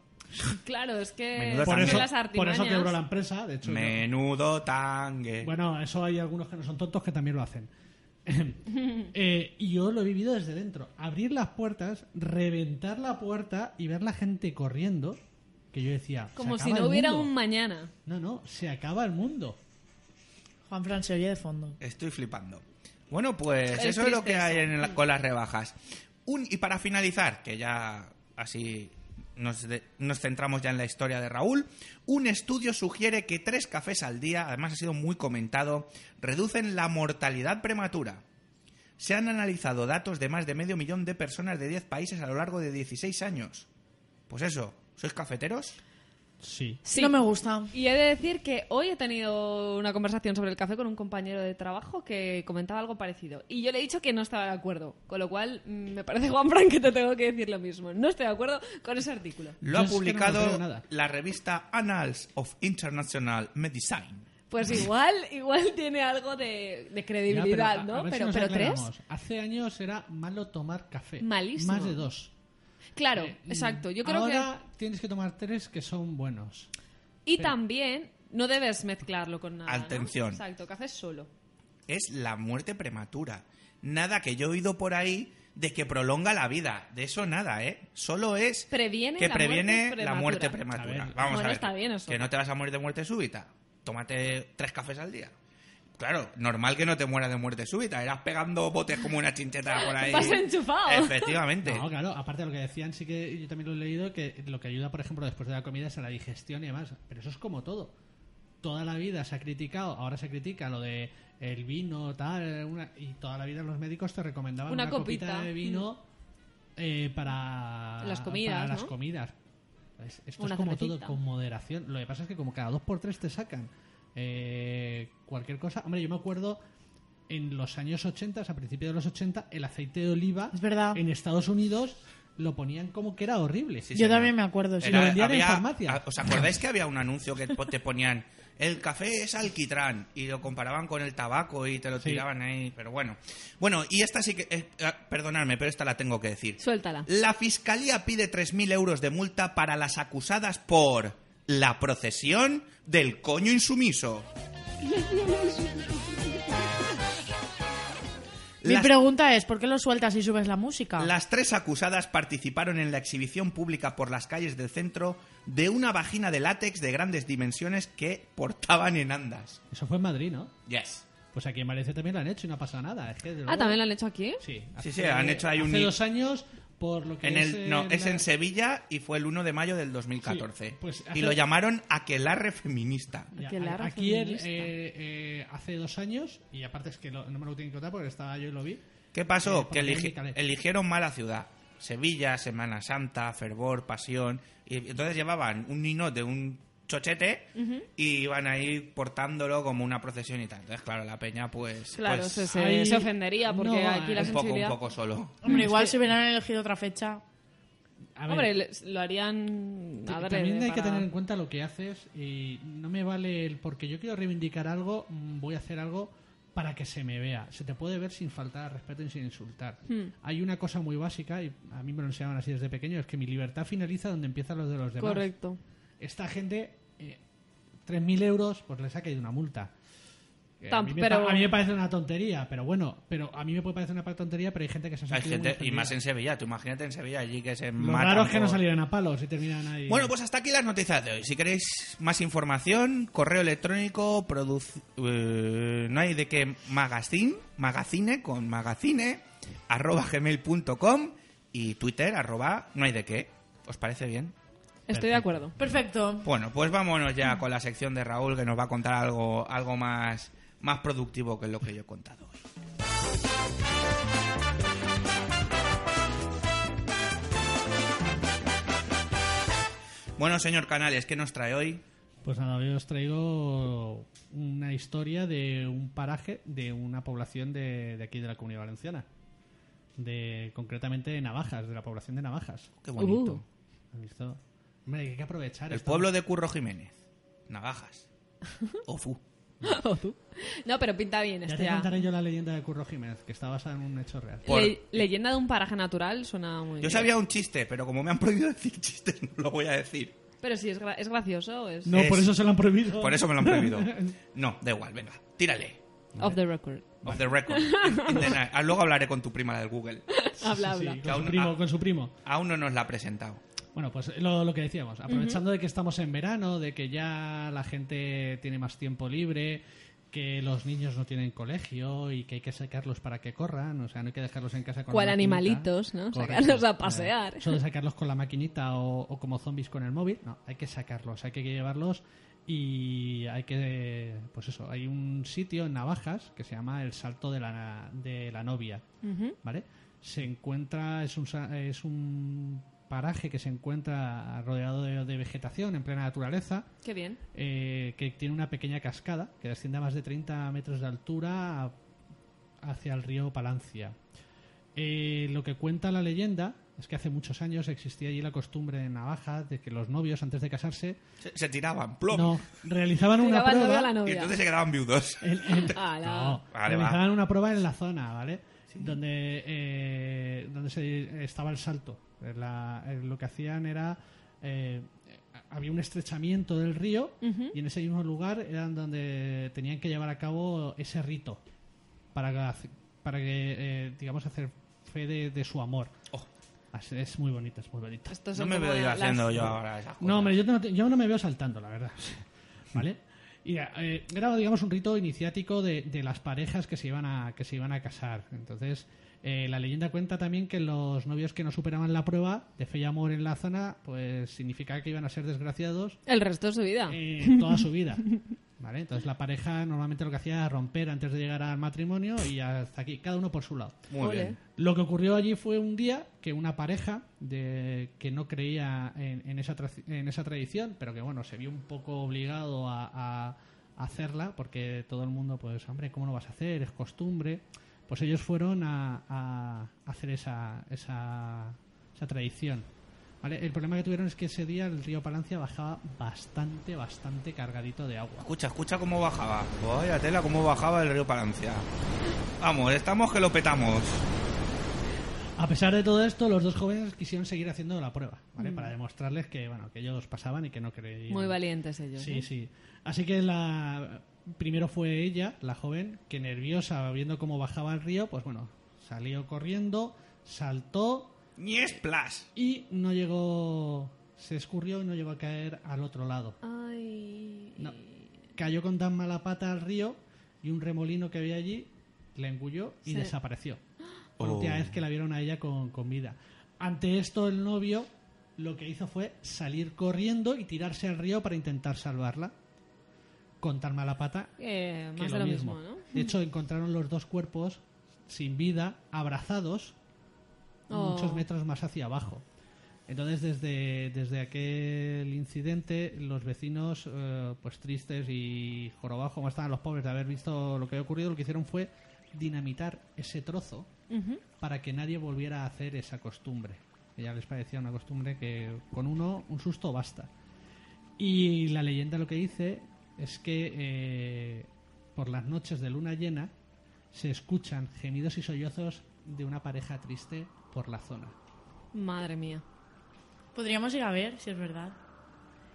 Speaker 7: Claro, es que.
Speaker 3: Menudo
Speaker 7: es
Speaker 6: Por
Speaker 3: También
Speaker 7: que
Speaker 6: eso,
Speaker 7: las
Speaker 6: por
Speaker 7: artimañas.
Speaker 6: eso quebró la empresa. De hecho, yo-
Speaker 3: Menudo tangue.
Speaker 6: Bueno, eso hay algunos que no son tontos que también lo hacen. Eh, y yo lo he vivido desde dentro. Abrir las puertas, reventar la puerta y ver la gente corriendo. Que yo decía. se
Speaker 7: Como si
Speaker 6: acaba
Speaker 7: no
Speaker 6: el
Speaker 7: hubiera
Speaker 6: mundo.
Speaker 7: un mañana.
Speaker 6: No, no, se acaba el mundo.
Speaker 5: Juan Fran se oye de fondo.
Speaker 3: Estoy flipando. Bueno, pues
Speaker 7: Es
Speaker 3: eso es lo
Speaker 7: triste
Speaker 3: que hay
Speaker 7: eso.
Speaker 3: en la- con las rebajas. Un, y para finalizar, que ya así nos, de- nos centramos ya en la historia de Raúl, un estudio sugiere que tres cafés al día, además ha sido muy comentado, reducen la mortalidad prematura. Se han analizado datos de más de medio millón de personas de 10 países a lo largo de 16 años. Pues eso, ¿sois cafeteros?
Speaker 6: Sí.
Speaker 7: Sí.
Speaker 5: No me gusta.
Speaker 7: Y he de decir que hoy he tenido una conversación sobre el café con un compañero de trabajo que comentaba algo parecido. Y yo le he dicho que no estaba de acuerdo. Con lo cual, mm, me parece, Juan Fran, que te tengo que decir lo mismo. No estoy de acuerdo con ese artículo.
Speaker 3: Lo
Speaker 6: Yo
Speaker 3: ha
Speaker 6: es que no me
Speaker 3: publicado
Speaker 6: creo nada.
Speaker 3: la revista Annals of International Medicine.
Speaker 7: Pues igual, igual tiene algo de, de
Speaker 6: Ya, pero
Speaker 7: credibilidad,
Speaker 6: a-
Speaker 7: ¿no?
Speaker 6: a ver si
Speaker 7: pero
Speaker 6: nos
Speaker 7: pero tres.
Speaker 6: aclaramos. Hace años era malo tomar café.
Speaker 7: Malísimo.
Speaker 6: Más de dos.
Speaker 7: Claro, exacto. Yo creo que.
Speaker 6: Eh, Ahora tienes que tomar tres que son buenos.
Speaker 7: Y también no debes mezclarlo con nada. ¿no?
Speaker 3: Atención.
Speaker 7: Exacto, café solo.
Speaker 3: es la muerte prematura. Nada que yo he oído por ahí de que prolonga la vida. De eso nada, ¿eh? Solo es
Speaker 7: Previene
Speaker 3: que
Speaker 7: la
Speaker 3: previene
Speaker 7: muerte
Speaker 3: la muerte
Speaker 7: prematura.
Speaker 3: prematura.
Speaker 6: A ver.
Speaker 3: Vamos
Speaker 7: Bueno,
Speaker 3: a ver.
Speaker 7: está bien eso.
Speaker 3: Que no te vas a morir de muerte súbita. Tómate tres cafés al día. Claro, normal que no te mueras de muerte súbita. Eras pegando botes como una chincheta por ahí.
Speaker 7: Vas enchufado.
Speaker 3: Efectivamente.
Speaker 6: No, claro, aparte de lo que decían, sí que yo también lo he leído, que lo que ayuda, por ejemplo, después de la comida es a la digestión y demás. Pero eso es como todo. Toda la vida se ha criticado, ahora se critica lo de el vino, tal, una- y toda la vida los médicos te recomendaban
Speaker 7: Una
Speaker 6: una, copita.
Speaker 7: copita.
Speaker 6: de vino eh, para
Speaker 7: Las comidas,
Speaker 6: para las
Speaker 7: ¿no?
Speaker 6: comidas. Es- Esto
Speaker 7: Una
Speaker 6: es como
Speaker 7: cervecita.
Speaker 6: todo, con moderación. Lo que pasa es que como cada dos por tres te sacan eh, cualquier cosa. Hombre, yo me acuerdo en los años 80, a principios de los 80, el aceite de oliva
Speaker 5: Es verdad.
Speaker 6: en Estados Unidos lo ponían como que era horrible.
Speaker 3: Sí,
Speaker 5: Yo
Speaker 3: señor.
Speaker 5: también me acuerdo, sí.
Speaker 6: Era- lo vendían en farmacia.
Speaker 3: a- ah, ¿Os acordáis que había un anuncio que po- te ponían el café es alquitrán y lo comparaban con el tabaco y te lo
Speaker 6: Sí.
Speaker 3: tiraban ahí? Pero bueno. Bueno, y esta sí que. eh, eh, perdonadme, pero esta la tengo que decir.
Speaker 7: Suéltala.
Speaker 3: La fiscalía pide 3.000 euros de multa para las acusadas por la procesión del coño insumiso.
Speaker 5: Mi
Speaker 3: Las-
Speaker 5: pregunta es, ¿por qué lo sueltas y subes la
Speaker 6: Ah.
Speaker 5: música?
Speaker 3: Las tres acusadas participaron en la exhibición pública por las calles del centro de una vagina de látex de grandes dimensiones que portaban en andas.
Speaker 6: Eso fue en Madrid, ¿no?
Speaker 3: Yes.
Speaker 6: Pues aquí en Valencia también lo han hecho y no ha pasado nada. Es que, desde
Speaker 7: Ah,
Speaker 6: luego-
Speaker 7: ¿también lo han hecho aquí?
Speaker 6: Sí,
Speaker 3: Sí, sí, han hecho ahí un-
Speaker 6: Hace dos años, por lo que
Speaker 3: En
Speaker 6: es...
Speaker 3: el, no,
Speaker 6: eh,
Speaker 3: es
Speaker 6: la-
Speaker 3: en Sevilla y fue el 1 de mayo del 2014.
Speaker 6: Sí, pues hace-
Speaker 3: y lo llamaron aquelarre feminista.
Speaker 6: Ya,
Speaker 7: Aquelarre
Speaker 6: aquí él,
Speaker 7: feminista.
Speaker 6: eh, eh, hace dos años, y aparte es que lo- no me lo tienen que contar porque estaba yo y lo vi.
Speaker 3: ¿Qué
Speaker 6: Eh,
Speaker 3: pasó?
Speaker 6: por
Speaker 3: que
Speaker 6: la
Speaker 3: eligi-
Speaker 6: clínica de-
Speaker 3: eligieron mala ciudad. Sevilla, Semana Santa, fervor, pasión. Y entonces llevaban un ninot de un chochete y iban ahí portándolo como una procesión y tal. Entonces, claro, la peña pues...
Speaker 7: Claro,
Speaker 3: pues,
Speaker 7: se, se-
Speaker 6: ahí-
Speaker 7: se ofendería porque
Speaker 6: no,
Speaker 7: aquí la
Speaker 3: un poco, un
Speaker 7: sensibilidad...
Speaker 3: poco solo.
Speaker 5: Hombre, igual si hubieran elegido otra fecha.
Speaker 6: A ver,
Speaker 7: Hombre, les- lo harían...
Speaker 6: t-
Speaker 7: adrede
Speaker 6: también hay que
Speaker 7: para-
Speaker 6: tener en cuenta lo que haces y no me vale el porque yo quiero reivindicar algo, mm, voy a hacer algo para que se me vea. Se te puede ver sin faltar al respeto y sin insultar.
Speaker 7: Hmm.
Speaker 6: Hay una cosa muy básica, y a mí me lo enseñaban así desde pequeño, es que mi libertad finaliza donde empiezan los de los demás.
Speaker 7: Correcto.
Speaker 6: Esta gente, eh, 3.000 euros, pues le saca de una multa. Que A
Speaker 7: Tam-
Speaker 6: mí, me
Speaker 7: pero-
Speaker 6: pa- a mí me parece una tontería, pero bueno, pero a mí me puede parecer una tontería, pero hay gente que se ha
Speaker 3: Hay
Speaker 6: sentido muy
Speaker 3: gente- y
Speaker 6: ofendida.
Speaker 3: más en Sevilla. Tú imagínate en Sevilla allí que se
Speaker 6: Lo
Speaker 3: matan
Speaker 6: raro es que no
Speaker 3: por-
Speaker 6: salieran a palos y terminan ahí.
Speaker 3: Bueno, pues hasta aquí las noticias de hoy. Si queréis más información, correo electrónico, produc- eh, no hay de qué magazine, magazine con magazine, arroba gmail.com y Twitter, arroba no hay de qué. ¿Os parece bien?
Speaker 7: Estoy de acuerdo.
Speaker 5: Perfecto.
Speaker 3: Bueno, pues vámonos ya con la sección de Raúl que nos va a contar algo, algo más, más productivo que lo que yo he contado hoy. Bueno, señor Canales, ¿qué nos trae hoy?
Speaker 6: Pues nada, hoy os traigo una historia de un paraje de una población de, de aquí de la Comunidad Valenciana. De, concretamente de Navajas, de la población de Navajas.
Speaker 3: Qué bonito.
Speaker 7: Uh.
Speaker 6: ¿Has visto? Hombre, hay que aprovechar.
Speaker 3: El
Speaker 6: esto.
Speaker 3: pueblo de Curro Jiménez. Navajas. Ofu.
Speaker 7: No, pero pinta bien
Speaker 6: Ya
Speaker 7: esto
Speaker 6: te
Speaker 7: Este ya.
Speaker 6: contaré yo la leyenda de Curro Jiménez, que está basada en un hecho real.
Speaker 3: Por-
Speaker 7: Le- leyenda de un paraje natural suena muy
Speaker 3: Yo
Speaker 7: bien.
Speaker 3: sabía un chiste, pero como me han prohibido decir chistes, no lo voy a decir.
Speaker 7: Pero sí, es, gra- es gracioso. Es
Speaker 6: No, por
Speaker 3: Es-
Speaker 6: eso se lo han prohibido.
Speaker 7: Oh.
Speaker 3: Por eso me lo han prohibido. No, da igual, venga, tírale.
Speaker 7: off the record.
Speaker 3: Of the record. In the night. Ah, Luego hablaré con tu prima del Google.
Speaker 7: Habla,
Speaker 6: Sí,
Speaker 7: habla.
Speaker 6: con
Speaker 3: Aún-
Speaker 6: su primo,
Speaker 3: ah.
Speaker 6: con su primo.
Speaker 3: Aún no nos la ha presentado.
Speaker 6: Bueno, pues lo, lo que decíamos, aprovechando de que estamos en verano, de que ya la gente tiene más tiempo libre, que los niños no tienen colegio y que hay que sacarlos para que corran, o sea, no hay que dejarlos en casa con
Speaker 7: Cual
Speaker 6: la maquinita.
Speaker 7: animalitos, ¿no?
Speaker 6: Correcto.
Speaker 7: Sacarlos a pasear.
Speaker 6: Eso de sacarlos con la maquinita o, o como zombies con el móvil, no, hay que sacarlos, hay que llevarlos y hay que, pues eso, hay un sitio en Navajas que se llama el Salto de la, de la Novia. ¿vale? Se encuentra, es un, sa- es un paraje que se encuentra rodeado de, de vegetación en plena naturaleza,
Speaker 7: Qué bien.
Speaker 6: eh, que tiene una pequeña cascada que desciende a más de 30 metros de altura a- hacia el río Palancia. Eh, lo que cuenta la leyenda es que hace muchos años existía allí la costumbre en Navaja de que los novios antes de casarse
Speaker 3: Se, se tiraban, plop.
Speaker 6: no realizaban una
Speaker 7: Tiraba el novio a
Speaker 6: prueba
Speaker 7: la
Speaker 3: y
Speaker 7: novia.
Speaker 3: entonces se quedaban viudos.
Speaker 6: el- el-
Speaker 7: Ala.
Speaker 6: no,
Speaker 3: Vale,
Speaker 6: realizaban una prueba en la zona, ¿vale? Donde, eh, donde se, estaba el salto. La- eh, lo que hacían era... eh, había un estrechamiento del río y en ese mismo lugar eran donde tenían que llevar a cabo ese rito para, que- para que, eh, digamos, hacer fe de, de su amor.
Speaker 3: Oh.
Speaker 6: Así- Es muy bonito, es muy bonito.
Speaker 7: Estos
Speaker 3: No
Speaker 7: son
Speaker 3: me
Speaker 7: como
Speaker 3: veo yo
Speaker 7: las-
Speaker 3: haciendo yo ahora esas cosas.
Speaker 6: No, hombre, yo no, te- yo no me veo saltando, la verdad. ¿Vale? Y, eh, era, digamos, un rito iniciático de, de las parejas que se iban a, que se iban a casar. Entonces, eh, la leyenda cuenta también que los novios que no superaban la prueba de fe y amor en la zona, pues significaba que iban a ser desgraciados
Speaker 7: El resto de su vida.
Speaker 6: eh, toda su vida. ¿Vale? Entonces la pareja normalmente lo que hacía era romper antes de llegar al matrimonio y hasta aquí, cada uno por su lado.
Speaker 3: Muy
Speaker 7: Ole.
Speaker 3: bien.
Speaker 6: Lo que ocurrió allí fue un día que una pareja de, que no creía en, en esa tra- en esa tradición, pero que bueno, se vio un poco obligado a, a- a hacerla, porque todo el mundo, pues, hombre, ¿cómo lo vas a hacer? Es costumbre. Pues ellos fueron a, a hacer esa, esa, esa tradición. ¿Vale? El problema que tuvieron es que ese día el río Palancia bajaba bastante, bastante cargadito de agua.
Speaker 3: Escucha, escucha cómo bajaba. Vaya tela, cómo bajaba el río Palancia. Vamos, estamos que lo petamos.
Speaker 6: A pesar de todo esto, los dos jóvenes quisieron seguir haciendo la prueba, ¿vale? Para demostrarles que, bueno, que ellos pasaban y que no creían.
Speaker 7: Muy valientes ellos.
Speaker 6: Sí,
Speaker 7: ¿eh?
Speaker 6: sí. Así que la primero fue ella, la joven, que nerviosa viendo cómo bajaba el río, pues bueno, salió corriendo, saltó
Speaker 3: Ni es plas.
Speaker 6: y no llegó, se escurrió y no llegó a caer al otro lado.
Speaker 7: Ay.
Speaker 6: No. Cayó con tan mala pata al río y un remolino que había allí la engulló y
Speaker 7: Sí.
Speaker 6: desapareció. Por
Speaker 3: Oh.
Speaker 6: última vez que la vieron a ella con, con vida. Ante esto, el novio lo que hizo fue salir corriendo y tirarse al río para intentar salvarla. Con tan mala pata
Speaker 7: Eh,
Speaker 6: que
Speaker 7: más de lo mismo, ¿no?
Speaker 6: De hecho, encontraron los dos cuerpos sin vida, abrazados,
Speaker 7: Oh.
Speaker 6: muchos metros más hacia abajo. Entonces, desde, desde aquel incidente, los vecinos, eh, pues tristes y jorobados como estaban los pobres de haber visto lo que había ocurrido, lo que hicieron fue dinamitar ese trozo para que nadie volviera a hacer esa costumbre. Que ya les parecía una costumbre que con uno, un susto basta. Y la leyenda lo que dice es que eh, por las noches de luna llena se escuchan gemidos y sollozos de una pareja triste por la zona.
Speaker 7: Madre mía.
Speaker 5: Podríamos ir a ver si es verdad.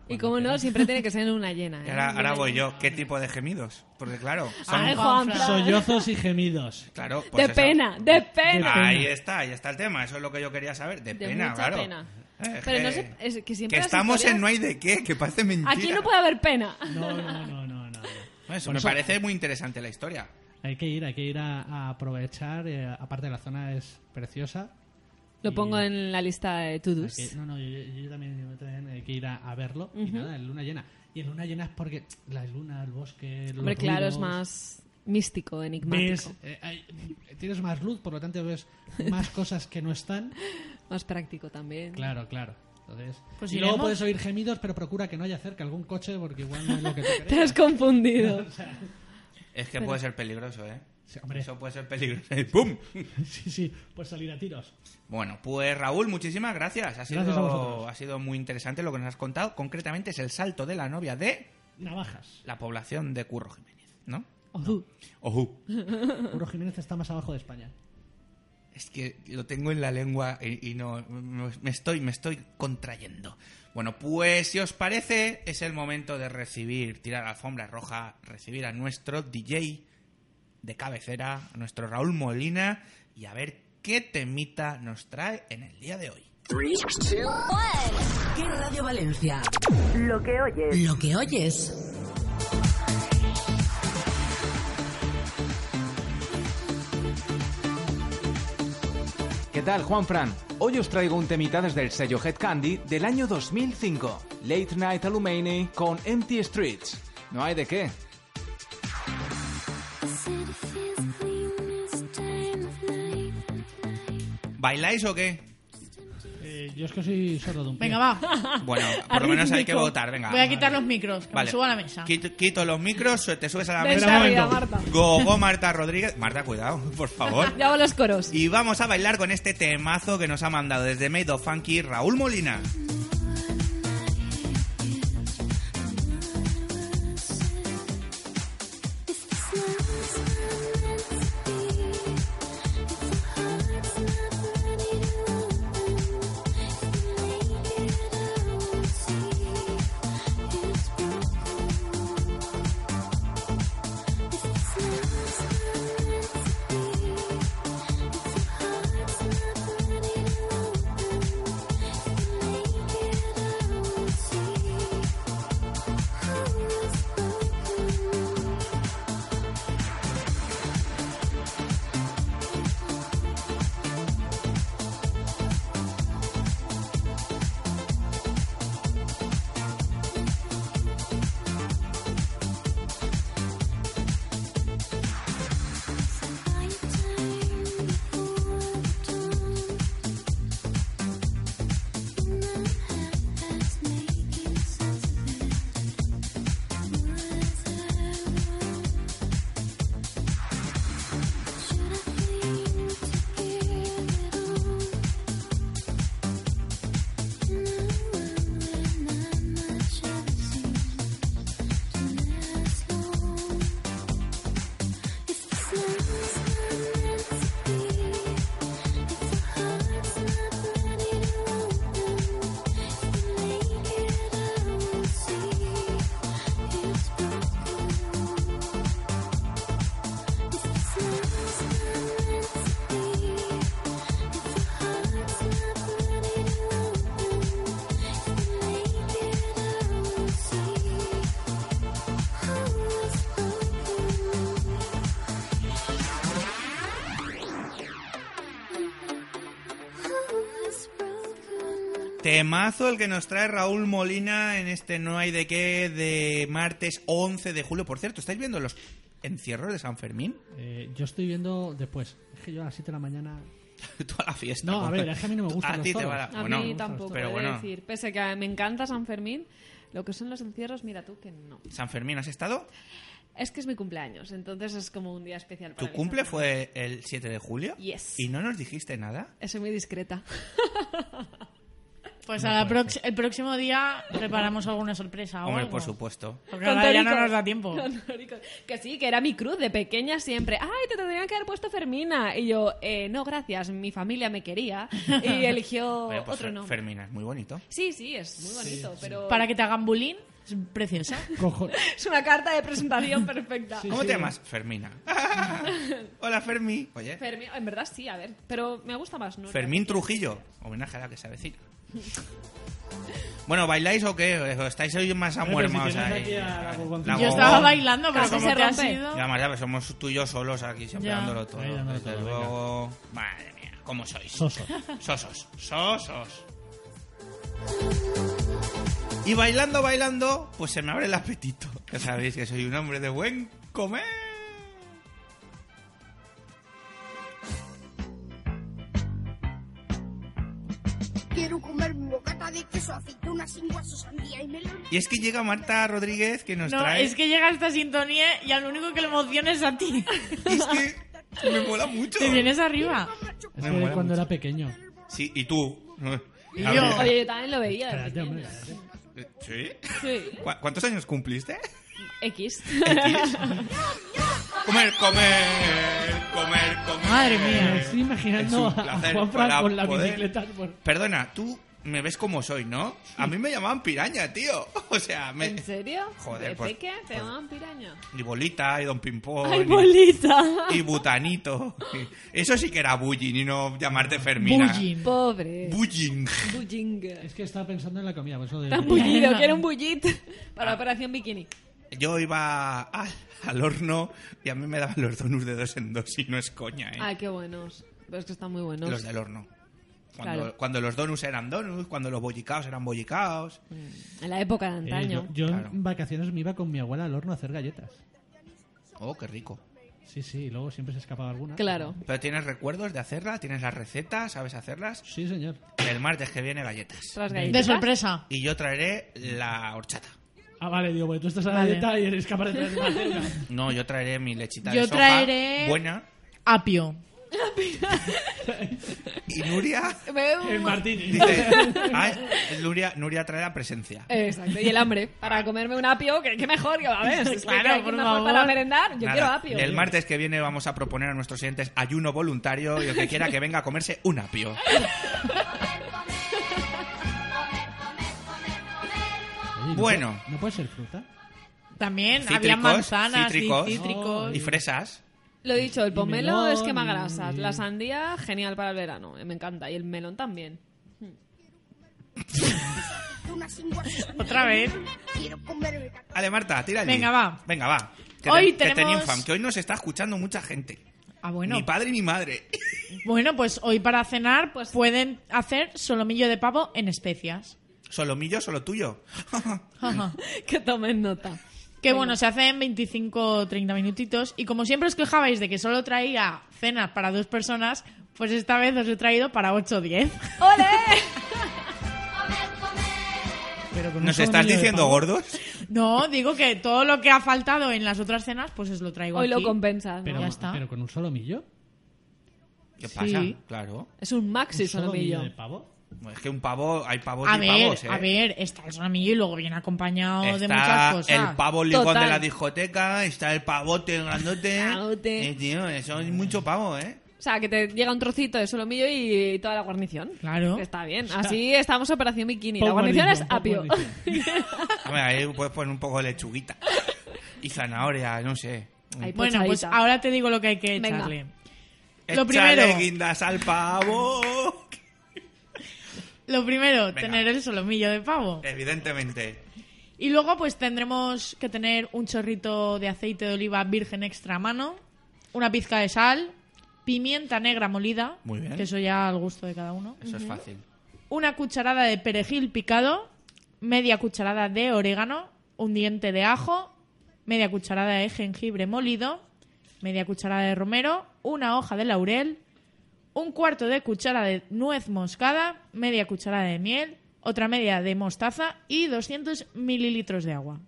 Speaker 7: Y como no, siempre tiene que ser en una llena. ¿eh?
Speaker 3: Ahora, ahora
Speaker 7: Una
Speaker 3: voy
Speaker 7: llena.
Speaker 3: yo. ¿Qué tipo de gemidos? Porque claro, son-
Speaker 7: Ay, Juanfran.
Speaker 6: Sollozos y gemidos.
Speaker 3: claro,
Speaker 7: de
Speaker 3: pues eso.
Speaker 7: pena, de pena.
Speaker 3: Ahí está, ahí está el tema. Eso es lo que yo quería saber. De,
Speaker 7: De
Speaker 3: pena,
Speaker 7: mucha
Speaker 3: claro.
Speaker 7: pena.
Speaker 3: Eh,
Speaker 7: Pero no
Speaker 3: eh,
Speaker 7: sé- es que siempre las
Speaker 3: estamos
Speaker 7: historias-
Speaker 3: en no hay de qué, que parece mentira.
Speaker 7: Aquí no puede haber pena.
Speaker 6: No, no, no, no, no. no.
Speaker 3: Eso
Speaker 6: Por
Speaker 3: me
Speaker 6: eso
Speaker 3: parece muy interesante la historia.
Speaker 6: Hay que ir, hay que ir a, a aprovechar. eh, aparte, la zona es preciosa.
Speaker 7: Lo
Speaker 6: Y-
Speaker 7: pongo en la lista de to-dos.
Speaker 6: Hay que- no, no, yo, yo- yo también, yo también hay que ir a, a verlo. Y nada, en luna llena. Y en luna llena es porque la luna, el bosque, los
Speaker 7: Hombre, claro, es
Speaker 6: ruidos,
Speaker 7: más místico, enigmático.
Speaker 6: ves, eh, hay- tienes más luz, por lo tanto ves más cosas que no están.
Speaker 7: Más práctico también.
Speaker 6: Claro, claro. Entonces,
Speaker 5: Pues
Speaker 6: y luego
Speaker 5: iremos.
Speaker 6: puedes oír gemidos, pero procura que no haya cerca algún coche porque igual no es lo que tú
Speaker 7: Te
Speaker 6: querías.
Speaker 7: has confundido.
Speaker 3: Es que puede ser peligroso, ¿eh?
Speaker 6: Sí, hombre.
Speaker 3: Eso puede ser peligroso. ¡Pum!
Speaker 6: Sí, sí, pues salir a tiros.
Speaker 3: Bueno, pues Raúl, muchísimas gracias. Ha sido,
Speaker 6: Gracias a vosotros.
Speaker 3: ha sido muy interesante lo que nos has contado. Concretamente es el salto de la novia de
Speaker 6: Navajas.
Speaker 3: la población de Curro Jiménez, ¿no?
Speaker 7: Ojú.
Speaker 3: Ojo.
Speaker 6: Uro Jiménez está más abajo de España.
Speaker 3: Es que lo tengo en la lengua y, y no me me estoy me estoy contrayendo. Bueno, pues si os parece es el momento de recibir tirar la alfombra roja, recibir a nuestro DJ de cabecera, a nuestro Raúl Molina y a ver qué temita nos trae en el día de hoy.
Speaker 8: ¿Qué Radio Valencia? Lo que oyes. Lo que oyes.
Speaker 9: ¿Qué tal, Juanfran? Hoy os traigo un temita desde el sello Head Candy del año 2005, Late Night Alumini con Empty Streets. No hay de qué.
Speaker 3: ¿Bailáis o qué?
Speaker 6: Eh, yo es que soy sordo de un pie.
Speaker 5: Venga, va.
Speaker 3: Bueno, por lo menos hay que votar, venga.
Speaker 5: Voy a quitar los micros, que me subo a la mesa.
Speaker 3: Quito, quito los micros, te subes a la
Speaker 7: Vente
Speaker 3: mesa.
Speaker 7: arriba, Marta.
Speaker 3: Gogo Marta Rodríguez. Marta, cuidado, por favor.
Speaker 7: Ya hago los coros.
Speaker 3: Y vamos a bailar con este temazo que nos ha mandado desde Made of Funky Raúl Molina.
Speaker 10: Thank you
Speaker 3: Temazo el que nos trae Raúl Molina en este No hay de qué de martes 11 de julio. Por cierto, ¿estáis viendo los encierros de San Fermín?
Speaker 6: Eh, yo estoy viendo después. Es que yo a las 7 de la mañana.
Speaker 3: Toda la fiesta.
Speaker 6: No, a
Speaker 3: hombre.
Speaker 6: ver, es que a mí no me gustan
Speaker 3: A
Speaker 6: los
Speaker 3: ti te
Speaker 6: toros.
Speaker 3: va la-
Speaker 7: A
Speaker 3: bueno,
Speaker 7: mí tampoco,
Speaker 3: pero
Speaker 7: he de
Speaker 3: bueno.
Speaker 7: decir. Pese a que me encanta San Fermín, lo que son los encierros, mira tú que no.
Speaker 3: San Fermín, ¿has estado?
Speaker 7: Es que es mi cumpleaños, entonces es como un día especial para
Speaker 3: ¿Tu
Speaker 7: mí.
Speaker 3: cumple fue el 7 de julio?
Speaker 7: Yes.
Speaker 3: ¿Y no nos dijiste nada?
Speaker 7: Soy muy discreta.
Speaker 5: Pues a la prox- el próximo día preparamos alguna
Speaker 7: Ah,
Speaker 5: sorpresa. o
Speaker 3: Hombre,
Speaker 5: algo.
Speaker 3: por supuesto.
Speaker 5: Porque
Speaker 7: Con
Speaker 5: ahora ya no
Speaker 7: torico.
Speaker 5: nos da tiempo.
Speaker 7: Con torico. que sí, que era mi cruz de pequeña siempre. Ay, te tendrían que haber puesto Fermina. Y yo, eh, no, gracias, mi familia me quería y eligió
Speaker 3: Oye, pues
Speaker 7: otro
Speaker 3: Fer-
Speaker 7: nombre.
Speaker 3: Fermina, es muy bonito.
Speaker 7: Sí, sí, es muy bonito, pero
Speaker 5: Para que te hagan bullying, es preciosa.
Speaker 6: Cojo-
Speaker 7: es una carta de presentación perfecta.
Speaker 3: ¿Cómo te llamas? Fermina. Hola, Fermi. Oye,
Speaker 7: Fermín, en verdad sí, a ver, pero me gusta más, ¿no?
Speaker 3: Fermín Trujillo. Homenaje a la que se avecina. Bueno, ¿bailáis o qué? ¿O estáis hoy más amuermados
Speaker 6: si tenéis
Speaker 3: ahí?
Speaker 6: aquí a la Gorgonzola.
Speaker 3: La
Speaker 5: Yo estaba
Speaker 3: Gorgon.
Speaker 5: bailando, pero
Speaker 7: Casi
Speaker 5: como
Speaker 7: se
Speaker 5: te has
Speaker 7: rompe.
Speaker 5: ido...
Speaker 3: Ya, María, pues somos tú y yo solos aquí siempre
Speaker 5: Ya.
Speaker 3: dándolo todo.
Speaker 6: Ahí dándolo
Speaker 3: Desde
Speaker 6: todo,
Speaker 3: luego. Madre mía, ¿cómo sois?
Speaker 6: Soso.
Speaker 3: Sosos. Sosos. Y bailando, bailando, pues se me abre el apetito. Ya sabéis que soy un hombre de buen comer.
Speaker 8: Quiero comer un bocata de queso, aceituna sin guaso, sandía y melón.
Speaker 3: Y es que llega Marta Rodríguez que nos
Speaker 5: No,
Speaker 3: trae.
Speaker 5: es que llega esta sintonía y al único que le emociona es a ti.
Speaker 3: es que me mola mucho.
Speaker 5: Te vienes arriba.
Speaker 6: Es
Speaker 3: Me
Speaker 6: que
Speaker 3: mola
Speaker 6: cuando
Speaker 3: mucho.
Speaker 6: era pequeño.
Speaker 3: Sí, y tú.
Speaker 5: Y
Speaker 3: A
Speaker 5: yo.
Speaker 3: ver.
Speaker 7: Oye, yo también lo veía. de
Speaker 6: Espérate, hombre.
Speaker 7: pequeña.
Speaker 6: espérate.
Speaker 3: ¿Sí?
Speaker 7: Sí,
Speaker 3: ¿Cu- ¿Cuántos años cumpliste?
Speaker 7: X.
Speaker 3: Comer, comer, comer, comer.
Speaker 5: Madre
Speaker 6: Me
Speaker 5: mía.
Speaker 6: estoy imaginando
Speaker 3: Es un
Speaker 6: a
Speaker 3: placer
Speaker 6: Juanfran
Speaker 3: para
Speaker 6: con la
Speaker 3: poder-
Speaker 6: bicicleta. por-
Speaker 3: Perdona, tú me ves como soy, ¿no? A mí me llamaban piraña, tío. O sea, me...
Speaker 7: ¿En serio?
Speaker 3: Joder,
Speaker 7: ¿De
Speaker 3: pues-
Speaker 7: peque? ¿Te
Speaker 3: pues-
Speaker 7: llamaban piraña?
Speaker 3: Y bolita, y don Pimpón.
Speaker 7: ¡Ay,
Speaker 3: y-
Speaker 7: bolita!
Speaker 3: Y butanito. Eso sí que era bullying y no llamarte Fermina.
Speaker 5: Bullying.
Speaker 7: Pobre.
Speaker 3: Bullying.
Speaker 7: Bullying.
Speaker 6: Es que estaba pensando en la comida, por eso de...
Speaker 7: Tan bullido, quiero un bullit
Speaker 3: Ah.
Speaker 7: para la operación bikini.
Speaker 3: Eh. Yo iba al, al horno y a mí me daban los donuts de dos en dos y no es coña, ¿eh?
Speaker 7: Ah, qué buenos. Pero es que están muy buenos.
Speaker 3: Los del horno. Cuando,
Speaker 7: Claro.
Speaker 3: cuando los donuts eran donuts, cuando los bollicaos eran bollicaos.
Speaker 7: En la época de
Speaker 6: Eh,
Speaker 7: antaño.
Speaker 6: yo yo
Speaker 3: Claro.
Speaker 6: en vacaciones me iba con mi abuela al horno a hacer galletas.
Speaker 3: Oh, qué rico.
Speaker 6: Sí, sí, y luego siempre se escapaba alguna.
Speaker 7: Claro.
Speaker 3: ¿Pero tienes recuerdos de hacerla? ¿Tienes la receta? ¿Sabes hacerlas?
Speaker 6: Sí, señor.
Speaker 3: El martes que viene galletas.
Speaker 7: Tras
Speaker 5: De
Speaker 7: galletas.
Speaker 5: sorpresa.
Speaker 3: Y yo traeré la horchata.
Speaker 6: Ah, vale, digo, porque tú estás a la
Speaker 5: Vale.
Speaker 6: dieta y eres capaz de traer una cena.
Speaker 3: No, yo traeré mi lechita
Speaker 5: Yo
Speaker 3: de soja.
Speaker 5: traeré-
Speaker 3: Buena.
Speaker 5: Apio.
Speaker 3: Y Nuria
Speaker 7: Me veo muy-
Speaker 6: El martini.
Speaker 3: dice... "Ay, Nuria, Nuria trae la
Speaker 7: Eh,
Speaker 3: presencia.
Speaker 7: Exacto, y el hambre. Para comerme un apio, que, que mejor que a ver. si es que
Speaker 5: Claro,
Speaker 7: hay
Speaker 5: por
Speaker 7: mejor
Speaker 5: favor.
Speaker 7: Para merendar, yo
Speaker 3: Nada,
Speaker 7: quiero apio.
Speaker 3: El martes que viene vamos a proponer a nuestros oyentes ayuno voluntario y el que quiera que venga a comerse un apio.
Speaker 6: Oye, ¿no
Speaker 3: Bueno.
Speaker 6: puede- ¿No puede ser fruta?
Speaker 5: También
Speaker 3: Cítricos,
Speaker 5: había manzanas,
Speaker 3: cítricos. Oh.
Speaker 5: cítricos.
Speaker 3: Y fresas.
Speaker 7: Lo dicho, el
Speaker 6: Y
Speaker 7: pomelo
Speaker 6: melón,
Speaker 7: es quema grasas.
Speaker 6: y-
Speaker 7: La sandía, genial para el verano. eh, Me encanta. Y el melón también.
Speaker 5: Otra vez.
Speaker 3: Ale, Marta, tírale.
Speaker 5: Venga, va.
Speaker 3: Venga, va. Que
Speaker 5: Hoy
Speaker 3: te- que te
Speaker 5: tenemos-
Speaker 3: ninfan, que hoy nos está escuchando mucha gente.
Speaker 5: Ah, bueno.
Speaker 3: Mi padre y mi madre.
Speaker 5: Bueno, pues hoy para cenar
Speaker 7: Pues-
Speaker 5: pueden hacer solomillo de pavo en especias.
Speaker 3: Solomillo, solo tuyo.
Speaker 5: Ajá.
Speaker 7: Que tomen nota.
Speaker 5: Que bueno, se hacen 25 o 30 minutitos. Y como siempre os quejabais de que solo traía cenas para dos personas, pues esta vez os he traído para 8 o 10.
Speaker 7: ¡Ole!
Speaker 6: Pero con un
Speaker 3: ¿Nos estás
Speaker 6: solomillo de
Speaker 3: diciendo
Speaker 6: pavo.
Speaker 3: gordos?
Speaker 5: No, digo que todo lo que ha faltado en las otras cenas, pues os lo traigo
Speaker 7: Hoy lo
Speaker 5: aquí.
Speaker 7: compensas, ¿no?
Speaker 6: Pero,
Speaker 5: Ya está.
Speaker 6: pero con un solomillo.
Speaker 3: ¿Qué
Speaker 5: Sí.
Speaker 3: pasa? Claro.
Speaker 7: Es un maxi
Speaker 6: ¿Un solomillo
Speaker 7: solomillo.
Speaker 6: de pavo?
Speaker 3: Es que un pavo, hay pavos
Speaker 5: A
Speaker 3: y
Speaker 5: ver,
Speaker 3: pavos, ¿eh?
Speaker 5: a ver, está el solomillo y luego viene acompañado de muchas
Speaker 3: Está
Speaker 5: cosas.
Speaker 3: el pavo ligón
Speaker 7: Total.
Speaker 3: de la discoteca, está el pavote grandote.
Speaker 7: Pavote.
Speaker 3: Eh, tío, eso es mucho pavo, ¿eh?
Speaker 7: O sea, que te llega un trocito de solomillo y toda la guarnición.
Speaker 5: Claro.
Speaker 7: Que Está bien. Así estamos operación bikini. La
Speaker 6: Poco
Speaker 7: guarnición es
Speaker 6: guarnición, poco
Speaker 7: apio.
Speaker 3: A ver, ahí puedes poner un poco de lechuguita. Y zanahoria, no sé.
Speaker 7: Ay,
Speaker 5: Bueno, pues
Speaker 7: pochadita.
Speaker 5: ahora te digo lo que hay que
Speaker 7: Venga.
Speaker 5: echarle.
Speaker 3: Échale
Speaker 5: Lo primero,
Speaker 3: guindas al pavo.
Speaker 5: lo primero,
Speaker 3: Venga. Eh.
Speaker 5: tener el solomillo de pavo.
Speaker 3: Evidentemente.
Speaker 5: Y luego pues tendremos que tener un chorrito de aceite de oliva virgen extra a mano, una pizca de sal, pimienta negra molida,
Speaker 3: Muy bien.
Speaker 5: que eso ya al gusto de cada uno,
Speaker 3: Eso es fácil.
Speaker 5: una cucharada de perejil picado, media cucharada de orégano, un diente de ajo, media cucharada de jengibre molido, media cucharada de romero, una hoja de laurel, un cuarto de cuchara de nuez moscada, media cucharada de miel, otra media de mostaza y 200 mililitros de agua.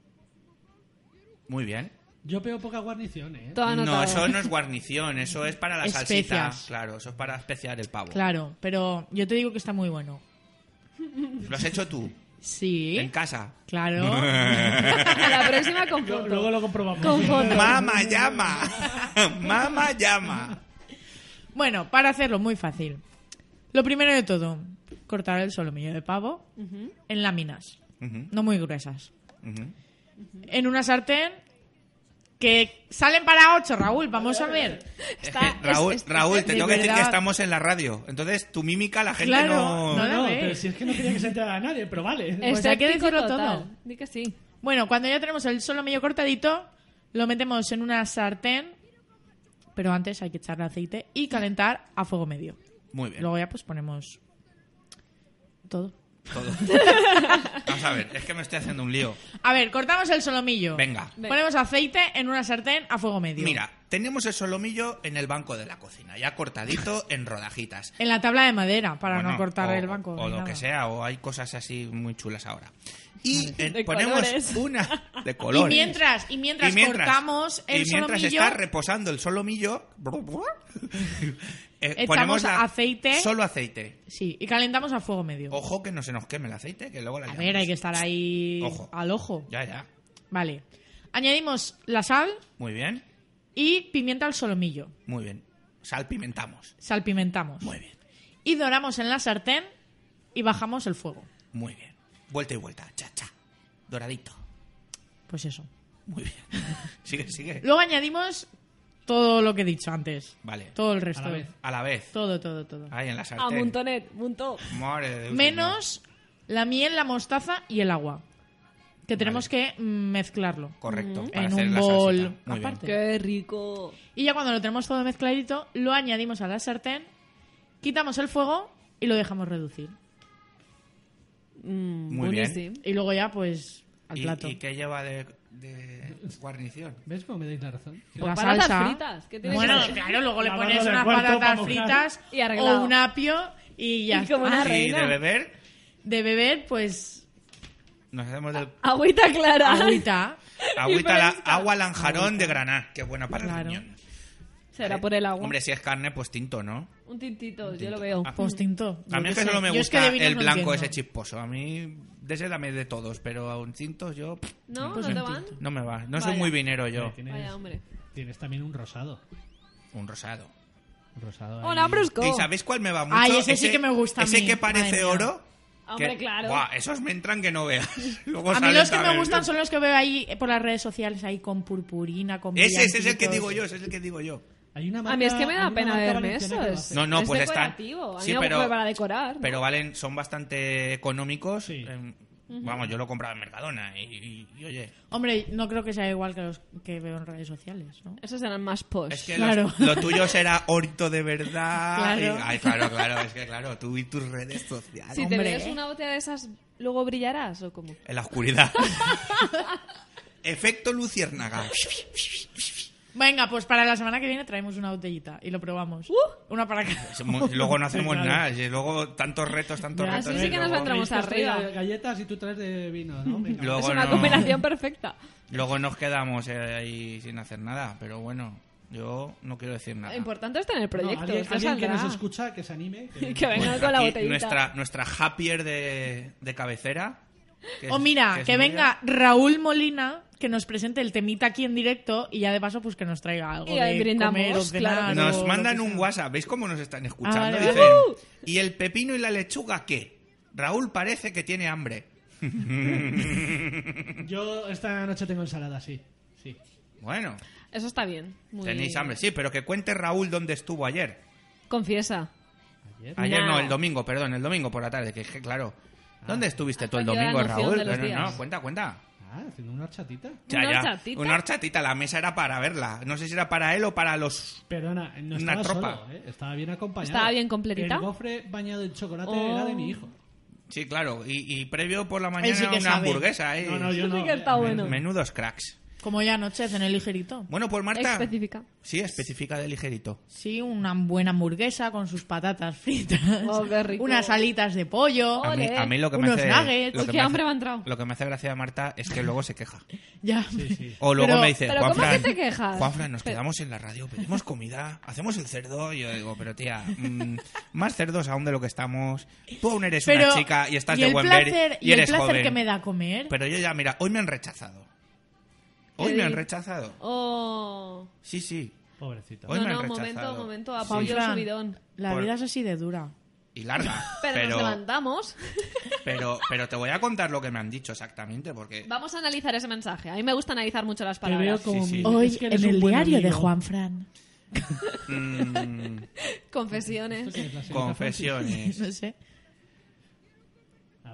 Speaker 3: Muy bien.
Speaker 6: Yo veo poca guarnición, ¿eh?
Speaker 7: Todo
Speaker 3: No,
Speaker 7: anotado.
Speaker 3: eso no es guarnición, eso es para la salsita.
Speaker 5: Especias.
Speaker 3: Claro, eso es para especiar el pavo.
Speaker 5: Claro, pero yo te digo que está muy bueno.
Speaker 3: Lo has hecho tú, en
Speaker 5: Sí,
Speaker 3: casa.
Speaker 5: claro.
Speaker 7: A la próxima con
Speaker 6: Yo-
Speaker 7: foto.
Speaker 6: luego lo comprobamos.
Speaker 7: Con foto.
Speaker 3: Mama llama. Mama llama.
Speaker 5: Bueno, para hacerlo muy fácil. Lo primero de todo, cortar el solomillo de pavo en láminas,
Speaker 3: Ujú,
Speaker 5: no muy gruesas.
Speaker 3: ujú.
Speaker 5: En una sartén que salen para ocho, Raúl, vamos a ver.
Speaker 7: Está- es-
Speaker 3: Raúl,
Speaker 7: es-
Speaker 3: Raúl, te
Speaker 5: de
Speaker 3: tengo que decir que
Speaker 5: verdad.
Speaker 3: estamos en la radio. Entonces, tu mímica la gente
Speaker 5: Claro,
Speaker 3: no...
Speaker 5: no
Speaker 6: No,
Speaker 5: la
Speaker 6: no,
Speaker 5: ves.
Speaker 6: pero si es que no quería que se enterara a nadie, pero vale.
Speaker 5: Eh. Pues hay que
Speaker 7: Escéptico
Speaker 5: decirlo
Speaker 7: total.
Speaker 5: todo.
Speaker 7: Di que sí.
Speaker 5: Bueno, cuando ya tenemos el solomillo cortadito, lo metemos en una sartén, pero antes hay que echarle aceite y calentar a fuego medio.
Speaker 3: Muy bien.
Speaker 5: Luego ya pues ponemos todo.
Speaker 3: todo. Vamos a ver, es que me estoy haciendo un lío.
Speaker 5: A ver, cortamos el solomillo.
Speaker 3: Venga.
Speaker 7: Venga.
Speaker 5: Ponemos aceite en una sartén a fuego medio.
Speaker 3: Mira, tenemos el solomillo en el banco de la cocina, ya cortadito en rodajitas.
Speaker 5: En la tabla de madera, para no
Speaker 3: Bueno,
Speaker 5: cortar
Speaker 3: o-
Speaker 5: el banco.
Speaker 3: O lo
Speaker 5: ni nada.
Speaker 3: que sea, o hay cosas así muy chulas ahora. Y eh,
Speaker 7: De
Speaker 3: ponemos
Speaker 7: colores.
Speaker 3: una de
Speaker 5: Y
Speaker 3: colores.
Speaker 5: mientras, y mientras,
Speaker 3: Y mientras-
Speaker 5: cortamos el
Speaker 3: y mientras
Speaker 5: solomillo,
Speaker 3: está reposando el solomillo, eh,
Speaker 5: Echamos
Speaker 3: ponemos la-
Speaker 5: aceite.
Speaker 3: Solo aceite.
Speaker 5: sí, y calentamos a fuego medio.
Speaker 3: Ojo que no se nos queme el aceite, que luego la
Speaker 5: a
Speaker 3: liamos.
Speaker 5: ver, hay que estar ahí
Speaker 3: Ojo.
Speaker 5: al ojo.
Speaker 3: Ya, ya.
Speaker 5: Vale. Añadimos la sal
Speaker 3: Muy bien,
Speaker 5: y pimienta al solomillo.
Speaker 3: muy bien. Salpimentamos.
Speaker 5: Salpimentamos.
Speaker 3: Muy bien,
Speaker 5: Y doramos en la sartén y bajamos el fuego.
Speaker 3: muy bien. Vuelta y vuelta, cha, cha. Doradito.
Speaker 5: Pues eso.
Speaker 3: Muy bien. Sigue, sigue.
Speaker 5: Luego añadimos todo lo que he dicho antes.
Speaker 3: Vale.
Speaker 5: Todo el resto.
Speaker 6: A la vez.
Speaker 3: A la vez.
Speaker 5: Todo, todo, todo.
Speaker 3: Ahí en la
Speaker 7: A
Speaker 3: sartén.
Speaker 7: Montonet, montó.
Speaker 3: Madre de Dios,
Speaker 5: Menos la miel, la mostaza y el agua. Que tenemos que mm, mezclarlo.
Speaker 3: no. Correcto. para
Speaker 5: en
Speaker 3: hacer
Speaker 5: un
Speaker 3: la
Speaker 5: bol
Speaker 3: salsita. Muy bien.
Speaker 5: aparte.
Speaker 7: Qué rico.
Speaker 5: Y ya cuando lo tenemos todo mezcladito, lo añadimos a la sartén, quitamos el fuego y lo dejamos reducir.
Speaker 7: Mm,
Speaker 3: Muy bien.
Speaker 7: buenísimo.
Speaker 5: Y luego ya, pues, al
Speaker 3: ¿Y-
Speaker 5: plato.
Speaker 3: ¿Y, qué lleva de, de guarnición?
Speaker 6: ¿Ves cómo me dais la razón?
Speaker 5: la
Speaker 7: Patatas
Speaker 5: salsa.
Speaker 7: fritas, ¿qué tiene
Speaker 5: bueno,
Speaker 7: que ver?
Speaker 5: claro, luego le
Speaker 6: La
Speaker 5: pones
Speaker 6: barra de
Speaker 5: unas
Speaker 6: cuarto para
Speaker 5: patatas
Speaker 6: mojar.
Speaker 5: fritas
Speaker 7: Y arreglado.
Speaker 5: o un apio y ya.
Speaker 7: Y como
Speaker 5: está.
Speaker 7: una re-
Speaker 3: Y
Speaker 7: reina.
Speaker 3: de beber,
Speaker 5: De beber, pues,
Speaker 3: nos hacemos del
Speaker 5: Ah,
Speaker 7: Agüita clara.
Speaker 5: agüita.
Speaker 3: agüita, la,
Speaker 7: fresca.
Speaker 3: agua lanjarón de graná. Qué buena para
Speaker 5: Claro.
Speaker 3: el riñón.
Speaker 7: Será
Speaker 3: Vale.
Speaker 7: por el agua.
Speaker 3: Hombre, si es carne, pues tinto, ¿no?
Speaker 7: un tintito, yo
Speaker 3: Tinto.
Speaker 7: lo veo.
Speaker 3: Ah,
Speaker 5: Pues tinto.
Speaker 3: A mí es
Speaker 5: yo qué
Speaker 3: que
Speaker 5: sé.
Speaker 3: solo me
Speaker 5: Yo es que
Speaker 3: gusta
Speaker 5: de vinos
Speaker 3: el
Speaker 5: no
Speaker 3: blanco ese
Speaker 5: entiendo.
Speaker 3: chisposo. A mí, de ese dame de todos, pero a un tinto yo pff,
Speaker 7: ¿No?
Speaker 5: Pues
Speaker 7: ¿No te
Speaker 5: un
Speaker 7: van?
Speaker 3: no me va. No soy
Speaker 7: Vaya.
Speaker 3: muy vinero yo.
Speaker 6: Vale, Tienes,
Speaker 7: Vaya, hombre.
Speaker 6: tienes también un rosado.
Speaker 3: Un rosado.
Speaker 6: Un rosado ahí.
Speaker 7: Hola, Brusco.
Speaker 3: ¿Y sabéis cuál me va mucho?
Speaker 5: Ay, ese sí que me gusta a
Speaker 3: Ese
Speaker 5: mí.
Speaker 3: que
Speaker 5: Madre
Speaker 3: parece
Speaker 5: mía.
Speaker 3: oro.
Speaker 7: Hombre,
Speaker 3: que-
Speaker 7: claro.
Speaker 3: Buah, esos me entran que no veas. Luego
Speaker 5: A mí
Speaker 3: salen
Speaker 5: los que me
Speaker 3: también.
Speaker 5: gustan son los que veo ahí eh, por las redes sociales, ahí con purpurina, con
Speaker 3: Ese, ese es el que
Speaker 5: brillantitos.
Speaker 3: digo yo, ese es el que digo yo.
Speaker 6: Hay una
Speaker 7: A mí es
Speaker 6: marca-
Speaker 7: que me
Speaker 6: hay
Speaker 7: da
Speaker 6: una
Speaker 7: pena
Speaker 6: marca
Speaker 7: verme
Speaker 6: valenciana que
Speaker 7: eso.
Speaker 6: lo
Speaker 7: es-
Speaker 6: hace.
Speaker 3: No, no,
Speaker 7: es
Speaker 3: pues están-
Speaker 7: decorativo. A mí
Speaker 3: sí,
Speaker 7: me
Speaker 3: pero-
Speaker 7: gusta para decorar. ¿no?
Speaker 3: Pero valen, son bastante económicos.
Speaker 6: Sí.
Speaker 3: em, Vamos, yo lo he comprado en Mercadona y, y- y, oye,
Speaker 5: Hombre, no creo que sea igual que los que veo en redes sociales, ¿no?
Speaker 7: Esos eran más posh.
Speaker 3: es que
Speaker 5: Pues Claro.
Speaker 3: los- lo tuyo será orito de verdad. y-
Speaker 5: Claro.
Speaker 3: ay, claro, claro, es que claro, tú y tus redes sociales.
Speaker 7: Si
Speaker 5: Hombre,
Speaker 7: te bebes
Speaker 5: ¿eh?
Speaker 7: una botella de esas, luego brillarás o cómo.
Speaker 3: En la oscuridad. Efecto luciérnaga.
Speaker 5: Venga, pues para la semana que viene traemos una botellita y lo
Speaker 7: Uh.
Speaker 5: probamos. Una para cada.
Speaker 3: Es mu- Luego no hacemos
Speaker 6: Claro.
Speaker 3: nada. y Luego tantos retos, tantos
Speaker 5: Ya,
Speaker 3: retos.
Speaker 7: así sí
Speaker 3: y
Speaker 7: que nos
Speaker 3: luego,
Speaker 7: vendrán. Entramos
Speaker 6: Yo estoy
Speaker 7: arriba.
Speaker 6: de Galletas y tú traes de vino, ¿no? Venga.
Speaker 3: Luego
Speaker 7: es una
Speaker 3: no-
Speaker 7: combinación perfecta.
Speaker 3: luego nos quedamos eh, ahí sin hacer nada. Pero bueno, yo no quiero decir nada.
Speaker 7: Lo importante es tener
Speaker 6: Ah. No,
Speaker 7: proyectos.
Speaker 6: alguien
Speaker 7: ya
Speaker 6: alguien que
Speaker 7: saldrá.
Speaker 6: nos escucha, que se anime. que-
Speaker 7: Que venga
Speaker 3: Bueno,
Speaker 7: con la
Speaker 3: aquí
Speaker 7: botellita.
Speaker 3: Nuestra, nuestra happier de, de cabecera. que
Speaker 5: O
Speaker 3: es-
Speaker 5: Oh, mira, que,
Speaker 3: es Nuria.
Speaker 5: venga Raúl Molina que nos presente el temita aquí en directo y ya de paso pues que nos traiga algo
Speaker 7: Y ahí
Speaker 5: de
Speaker 7: brindamos,
Speaker 5: comer o cenar
Speaker 7: claro.
Speaker 5: o lo
Speaker 3: Nos
Speaker 5: que
Speaker 3: mandan
Speaker 5: sea.
Speaker 3: un WhatsApp. ¿Veis cómo nos están escuchando?
Speaker 5: Ah, vale,
Speaker 3: Dicen,
Speaker 5: vale.
Speaker 3: ¿y el pepino y la lechuga qué? Raúl parece que tiene hambre.
Speaker 6: Yo esta noche tengo ensalada, sí. sí.
Speaker 3: Bueno,
Speaker 7: Eso está bien. Muy-
Speaker 3: tenéis hambre, sí, pero que cuente Raúl dónde estuvo ayer.
Speaker 7: Confiesa.
Speaker 6: Ayer.
Speaker 3: Ayer no,
Speaker 7: Nah.
Speaker 3: el domingo, perdón, el domingo por la tarde, que es que, claro.
Speaker 7: Ah.
Speaker 3: ¿Dónde estuviste
Speaker 7: Has
Speaker 3: tú el
Speaker 7: perdido la
Speaker 3: domingo,
Speaker 7: noción
Speaker 3: Raúl?
Speaker 7: de los
Speaker 3: No, no,
Speaker 7: días.
Speaker 3: no, cuenta, cuenta.
Speaker 6: Ah, haciendo una horchatita.
Speaker 3: Ya,
Speaker 7: ¿Una
Speaker 3: ya.
Speaker 7: horchatita?
Speaker 3: Una horchatita, la mesa era para verla. No sé si era para él o para los
Speaker 6: Perdona, no
Speaker 3: Una
Speaker 6: estaba
Speaker 3: tropa.
Speaker 6: solo, ¿eh? estaba bien acompañado.
Speaker 7: Estaba bien completita.
Speaker 6: El gofre bañado en chocolate
Speaker 7: Oh.
Speaker 6: era de mi hijo.
Speaker 3: Sí, claro. Y, y previo por la mañana
Speaker 5: sí que
Speaker 3: una
Speaker 5: sabe.
Speaker 3: hamburguesa. ¿eh?
Speaker 6: No, no, yo
Speaker 7: Eso sí
Speaker 6: no.
Speaker 7: que está bueno.
Speaker 3: Menudos cracks.
Speaker 5: Como ya anochece en el ligerito.
Speaker 3: Bueno, pues Marta.
Speaker 7: Específica.
Speaker 3: Sí, especifica de ligerito.
Speaker 5: Sí, una buena hamburguesa con sus patatas fritas.
Speaker 7: Oh, qué rico.
Speaker 5: Unas alitas de pollo.
Speaker 3: A mí,
Speaker 7: Ole.
Speaker 3: a mí lo que me
Speaker 5: Unos
Speaker 3: hace.
Speaker 5: nuggets.
Speaker 3: Lo
Speaker 7: Uy,
Speaker 3: que
Speaker 7: qué
Speaker 3: me hace-
Speaker 7: hambre me ha entrado.
Speaker 3: Lo que me hace gracia de Marta es que luego se queja.
Speaker 5: Ya.
Speaker 3: O luego
Speaker 5: Pero-
Speaker 3: me dice,
Speaker 7: pero
Speaker 3: Juan
Speaker 7: ¿cómo
Speaker 3: Fran,
Speaker 7: que te quejas?
Speaker 3: nos
Speaker 7: Pero-
Speaker 3: quedamos en la radio, pedimos comida, hacemos el cerdo. Y yo digo, pero tía, mm, más cerdos aún de lo que estamos. Tú aún eres
Speaker 5: Pero,
Speaker 3: una chica y estás
Speaker 5: y
Speaker 3: de
Speaker 5: el
Speaker 3: buen ver
Speaker 5: placer-
Speaker 3: y eres
Speaker 5: el placer
Speaker 3: joven.
Speaker 5: que me da comer.
Speaker 3: Pero yo ya, mira, hoy me han rechazado. Hoy
Speaker 7: Te
Speaker 3: me han
Speaker 7: digo.
Speaker 3: rechazado.
Speaker 7: Oh.
Speaker 3: Sí, sí.
Speaker 6: eh, Pobrecito.
Speaker 3: Hoy
Speaker 7: no,
Speaker 3: me han
Speaker 7: no,
Speaker 3: rechazado.
Speaker 7: momento, momento,
Speaker 3: Sí.
Speaker 7: apoyo el
Speaker 5: Fran,
Speaker 7: subidón.
Speaker 5: La
Speaker 3: Por-
Speaker 5: vida es así de dura.
Speaker 3: Y larga.
Speaker 7: Pero, nos
Speaker 3: pero,
Speaker 7: levantamos.
Speaker 3: pero, pero te voy a contar lo que me han dicho exactamente, porque
Speaker 7: Vamos a analizar ese mensaje. A mí me gusta analizar mucho las
Speaker 6: Te veo
Speaker 7: palabras.
Speaker 6: como
Speaker 3: Sí, sí.
Speaker 6: mi-
Speaker 5: Hoy
Speaker 6: es que eres
Speaker 5: en
Speaker 6: un
Speaker 5: el
Speaker 6: buen
Speaker 5: diario de
Speaker 6: amigo.
Speaker 5: Juan Fran.
Speaker 3: mm,
Speaker 7: Confesiones.
Speaker 6: ¿Qué es la señorita
Speaker 3: confesiones.
Speaker 5: No sé.
Speaker 6: ver.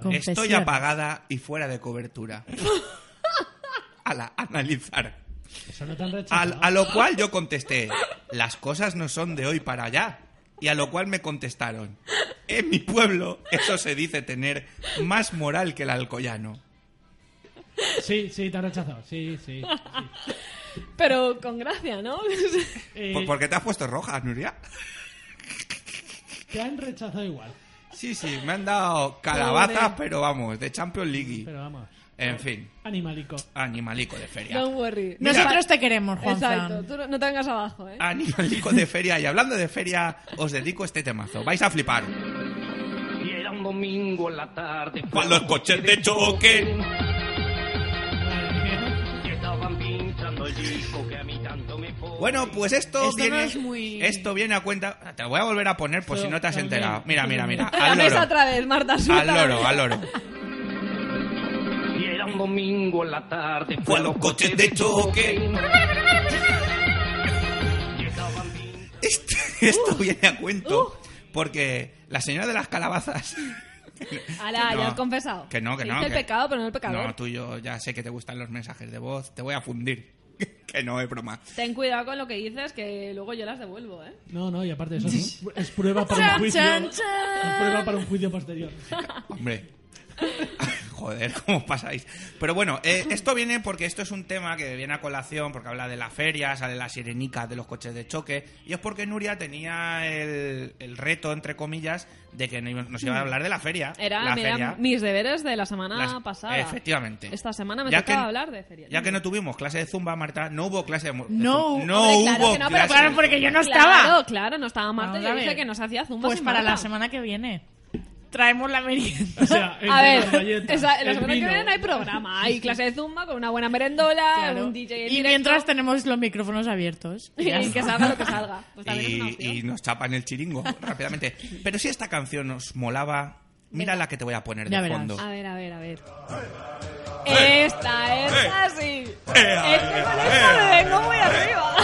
Speaker 3: Pues, Estoy
Speaker 5: Confesión.
Speaker 3: apagada y fuera de cobertura. A la analizar.
Speaker 6: Francis? Eso no te han
Speaker 3: Al-
Speaker 6: rechazado.
Speaker 3: a lo cual yo contesté, las cosas no son de hoy para allá. Y a lo cual me contestaron, en mi pueblo eso se dice tener más moral que el alcoyano.
Speaker 6: Sí, sí, te han rechazado. Sí, sí.
Speaker 7: Pero con gracia, ¿no?
Speaker 6: Eh,
Speaker 3: ¿Por, por qué te has puesto roja, Nuria?
Speaker 6: Te han rechazado igual.
Speaker 3: Sí, sí, me han dado calabaza, pero vamos, de Champions League.
Speaker 6: Pero vamos.
Speaker 3: En fin,
Speaker 6: Animalico.
Speaker 3: animalico de feria.
Speaker 7: Don't worry.
Speaker 3: Mira.
Speaker 5: Nosotros te queremos, Juan
Speaker 7: Exacto.
Speaker 5: Fran.
Speaker 7: Tú no- no te vengas abajo, ¿eh?
Speaker 3: Animalico de feria. Y hablando de feria, os dedico este temazo. Vais a flipar.
Speaker 10: Y era un domingo en la tarde.
Speaker 3: Para los coches de choque.
Speaker 10: Y estaban pinchando el disco que a mí tanto me pone.
Speaker 3: Bueno, pues esto,
Speaker 5: Esto no
Speaker 3: viene.
Speaker 5: es muy-
Speaker 3: Esto viene a cuenta. Te lo voy a volver a poner por
Speaker 6: Pero
Speaker 3: si no te has
Speaker 6: también-
Speaker 3: enterado. Mira, mira, mira.
Speaker 7: A la
Speaker 3: Al
Speaker 7: mesa
Speaker 3: loro.
Speaker 7: otra vez, Marta.
Speaker 3: Al
Speaker 7: suéltala.
Speaker 3: loro, al loro.
Speaker 10: Y era un domingo en la tarde.
Speaker 3: Pa' los coches de choque. Este- esto viene a cuento. Porque la señora de las calabazas.
Speaker 7: Ala,
Speaker 3: No.
Speaker 7: ya has confesado.
Speaker 3: Que no, que no.
Speaker 7: Hice
Speaker 3: que-
Speaker 7: el pecado, pero no el pecado.
Speaker 3: No, tú y yo ya sé que te gustan los mensajes de voz. Te voy a fundir. que no es broma.
Speaker 7: Ten cuidado con lo que dices, que luego yo las devuelvo, ¿eh?
Speaker 6: No, no, y aparte eso es, es prueba para un
Speaker 5: Chan,
Speaker 6: juicio.
Speaker 5: chan,
Speaker 6: Es
Speaker 5: chan.
Speaker 6: prueba para un juicio posterior.
Speaker 3: Hombre. Joder, ¿cómo os pasáis? Pero bueno, eh, esto viene porque esto es un tema que viene a colación, porque habla de la feria, sale la sirenica de los coches de choque, y es porque Nuria tenía el, el reto, entre comillas, de que no iba- nos iba a hablar de la feria.
Speaker 7: Era,
Speaker 3: la
Speaker 7: me eran
Speaker 3: feria.
Speaker 7: mis deberes de la semana
Speaker 3: Las-
Speaker 7: pasada.
Speaker 3: Efectivamente.
Speaker 7: Esta semana me
Speaker 3: Ya
Speaker 7: tocaba
Speaker 3: que-
Speaker 7: hablar de feria.
Speaker 3: Ya que no tuvimos clase de zumba, Marta, no hubo clase de... mu- de
Speaker 5: No,
Speaker 3: zumba.
Speaker 5: hombre,
Speaker 3: no
Speaker 7: Hombre,
Speaker 3: hubo
Speaker 7: claro que no, pero
Speaker 3: clase de
Speaker 7: claro,
Speaker 3: zumba.
Speaker 5: porque yo no
Speaker 7: Claro,
Speaker 5: estaba.
Speaker 7: claro, no estaba Marta.
Speaker 5: Vamos a
Speaker 7: yo dije
Speaker 5: ver.
Speaker 7: que no se hacía zumba
Speaker 5: Pues
Speaker 7: sin
Speaker 5: para la
Speaker 7: Marta.
Speaker 5: semana que viene. Traemos la merienda.
Speaker 6: O sea, entre las
Speaker 7: A ver,
Speaker 6: galletas,
Speaker 7: esa- la
Speaker 6: el
Speaker 7: semana que
Speaker 6: vino.
Speaker 7: viene no hay programa. Hay clase de zumba con una buena merendola,
Speaker 5: Claro.
Speaker 7: un DJ. en
Speaker 5: Y
Speaker 7: directo,
Speaker 5: mientras tenemos los micrófonos abiertos. Ya
Speaker 7: y que
Speaker 5: está.
Speaker 7: salga lo que salga. Pues también es una
Speaker 3: y,
Speaker 7: opción.
Speaker 3: y nos chapan el chiringo rápidamente. Pero si esta canción nos molaba, mira la que te voy a poner
Speaker 5: Ya
Speaker 3: de
Speaker 5: verás.
Speaker 3: fondo.
Speaker 7: A ver, a ver, a ver.
Speaker 3: Eh,
Speaker 7: Esta, esta sí. Es que con esta me vengo muy arriba.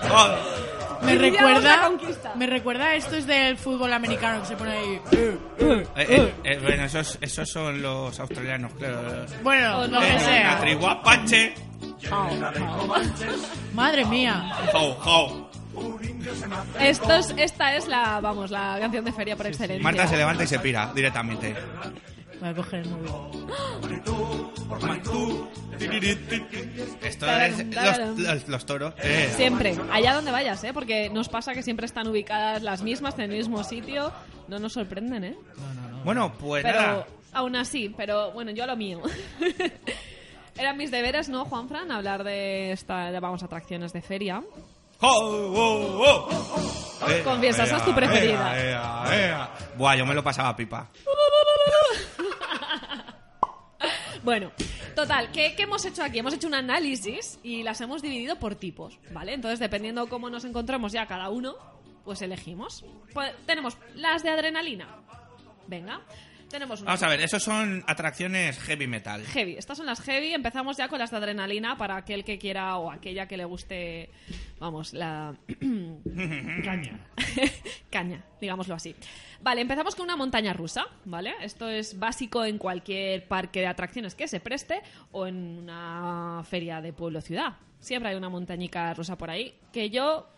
Speaker 5: Me
Speaker 3: Oh,
Speaker 7: Y digamos la
Speaker 5: recuerda,
Speaker 7: conquista.
Speaker 5: me recuerda a estos del fútbol americano que se pone ahí.
Speaker 3: Eh, eh, eh, bueno, esos, esos son los australianos, claro.
Speaker 7: Pues
Speaker 5: Bueno, lo que
Speaker 3: Eh,
Speaker 5: sea.
Speaker 3: La tribu apache.
Speaker 5: Madre mía.
Speaker 3: Jau, jau.
Speaker 7: Esto es- esta es la, vamos, la canción de feria por excelencia.
Speaker 3: Marta se levanta y se pira directamente.
Speaker 5: Voy a coger el móvil.
Speaker 3: Esto es los, los- los toros. Eh,
Speaker 7: Siempre, allá donde vayas, ¿eh? Porque nos pasa que siempre están ubicadas las mismas en el mismo sitio. No nos sorprenden, ¿eh?
Speaker 3: Bueno, pues
Speaker 7: Pero
Speaker 3: nada.
Speaker 7: aún así, pero bueno, yo a lo mío. Eran mis deberes, ¿no, Juanfran? Hablar de esta, de, vamos, atracciones de feria.
Speaker 3: Jau, jau, jau. Eh,
Speaker 7: Confiesa, esa es tu preferida.
Speaker 3: eh, eh, eh, eh. Buah, yo me lo pasaba pipa.
Speaker 7: Bueno, total, ¿qué, qué hemos hecho aquí? Hemos hecho un análisis y las hemos dividido por tipos, ¿vale? Entonces, dependiendo cómo nos encontramos ya cada uno, pues elegimos. Pues, tenemos las de adrenalina. Venga. Tenemos unas
Speaker 3: Vamos a ver, esos son atracciones heavy metal.
Speaker 7: heavy. Estas son las heavy. Empezamos ya con las de adrenalina para aquel que quiera o aquella que le guste, vamos, la
Speaker 6: Caña.
Speaker 7: caña, digámoslo así. Vale, empezamos con una montaña rusa, ¿vale? Esto es básico en cualquier parque de atracciones que se preste o en una feria de pueblo-ciudad. Siempre hay una montañica rusa por ahí que yo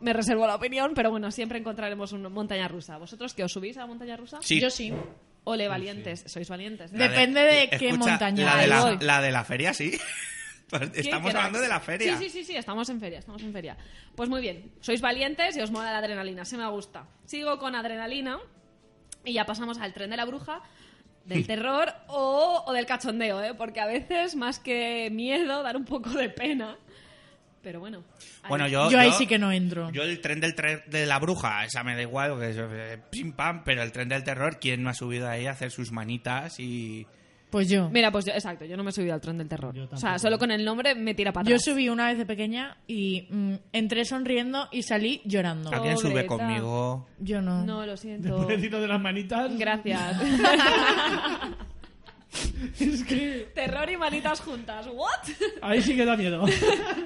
Speaker 7: me reservo la opinión, pero bueno, siempre encontraremos una montaña rusa. ¿Vosotros que os subís a la montaña rusa?
Speaker 3: Sí. Yo
Speaker 5: sí.
Speaker 7: Ole, valientes, sois valientes.
Speaker 3: La escucha, La de
Speaker 7: Ahí
Speaker 3: la,
Speaker 7: voy.
Speaker 3: la de la feria, sí. Pues
Speaker 7: ¿Qué
Speaker 3: Estamos
Speaker 7: cracks?
Speaker 3: hablando de la feria.
Speaker 7: Sí, sí, sí, sí, estamos en feria, estamos en feria. Pues muy bien, sois valientes y os mola la adrenalina, se me gusta. Sigo con adrenalina y ya pasamos al tren de la bruja, del terror o, o del cachondeo, ¿eh? porque a veces más que miedo, dar un poco de pena. Pero bueno. ahí-
Speaker 3: Bueno, yo,
Speaker 5: Yo ahí sí que no entro.
Speaker 3: Yo el tren del tre- de la bruja, esa me da igual, que eso, eh, pim pam, pero el tren del terror, ¿quién no ha subido ahí a hacer sus manitas y
Speaker 5: Pues yo.
Speaker 7: Mira, pues yo, exacto, yo no me he subido al tren del terror. O sea, solo con el nombre me tira para
Speaker 5: Yo
Speaker 7: atrás.
Speaker 5: subí una vez de pequeña y mm, entré sonriendo y salí llorando.
Speaker 3: alguien sube
Speaker 7: Pobreta.
Speaker 3: conmigo?
Speaker 5: Yo no.
Speaker 7: No, lo siento.
Speaker 6: de las manitas.
Speaker 7: Gracias. Terror y manitas juntas. ¿What?
Speaker 6: Ahí sí que da miedo.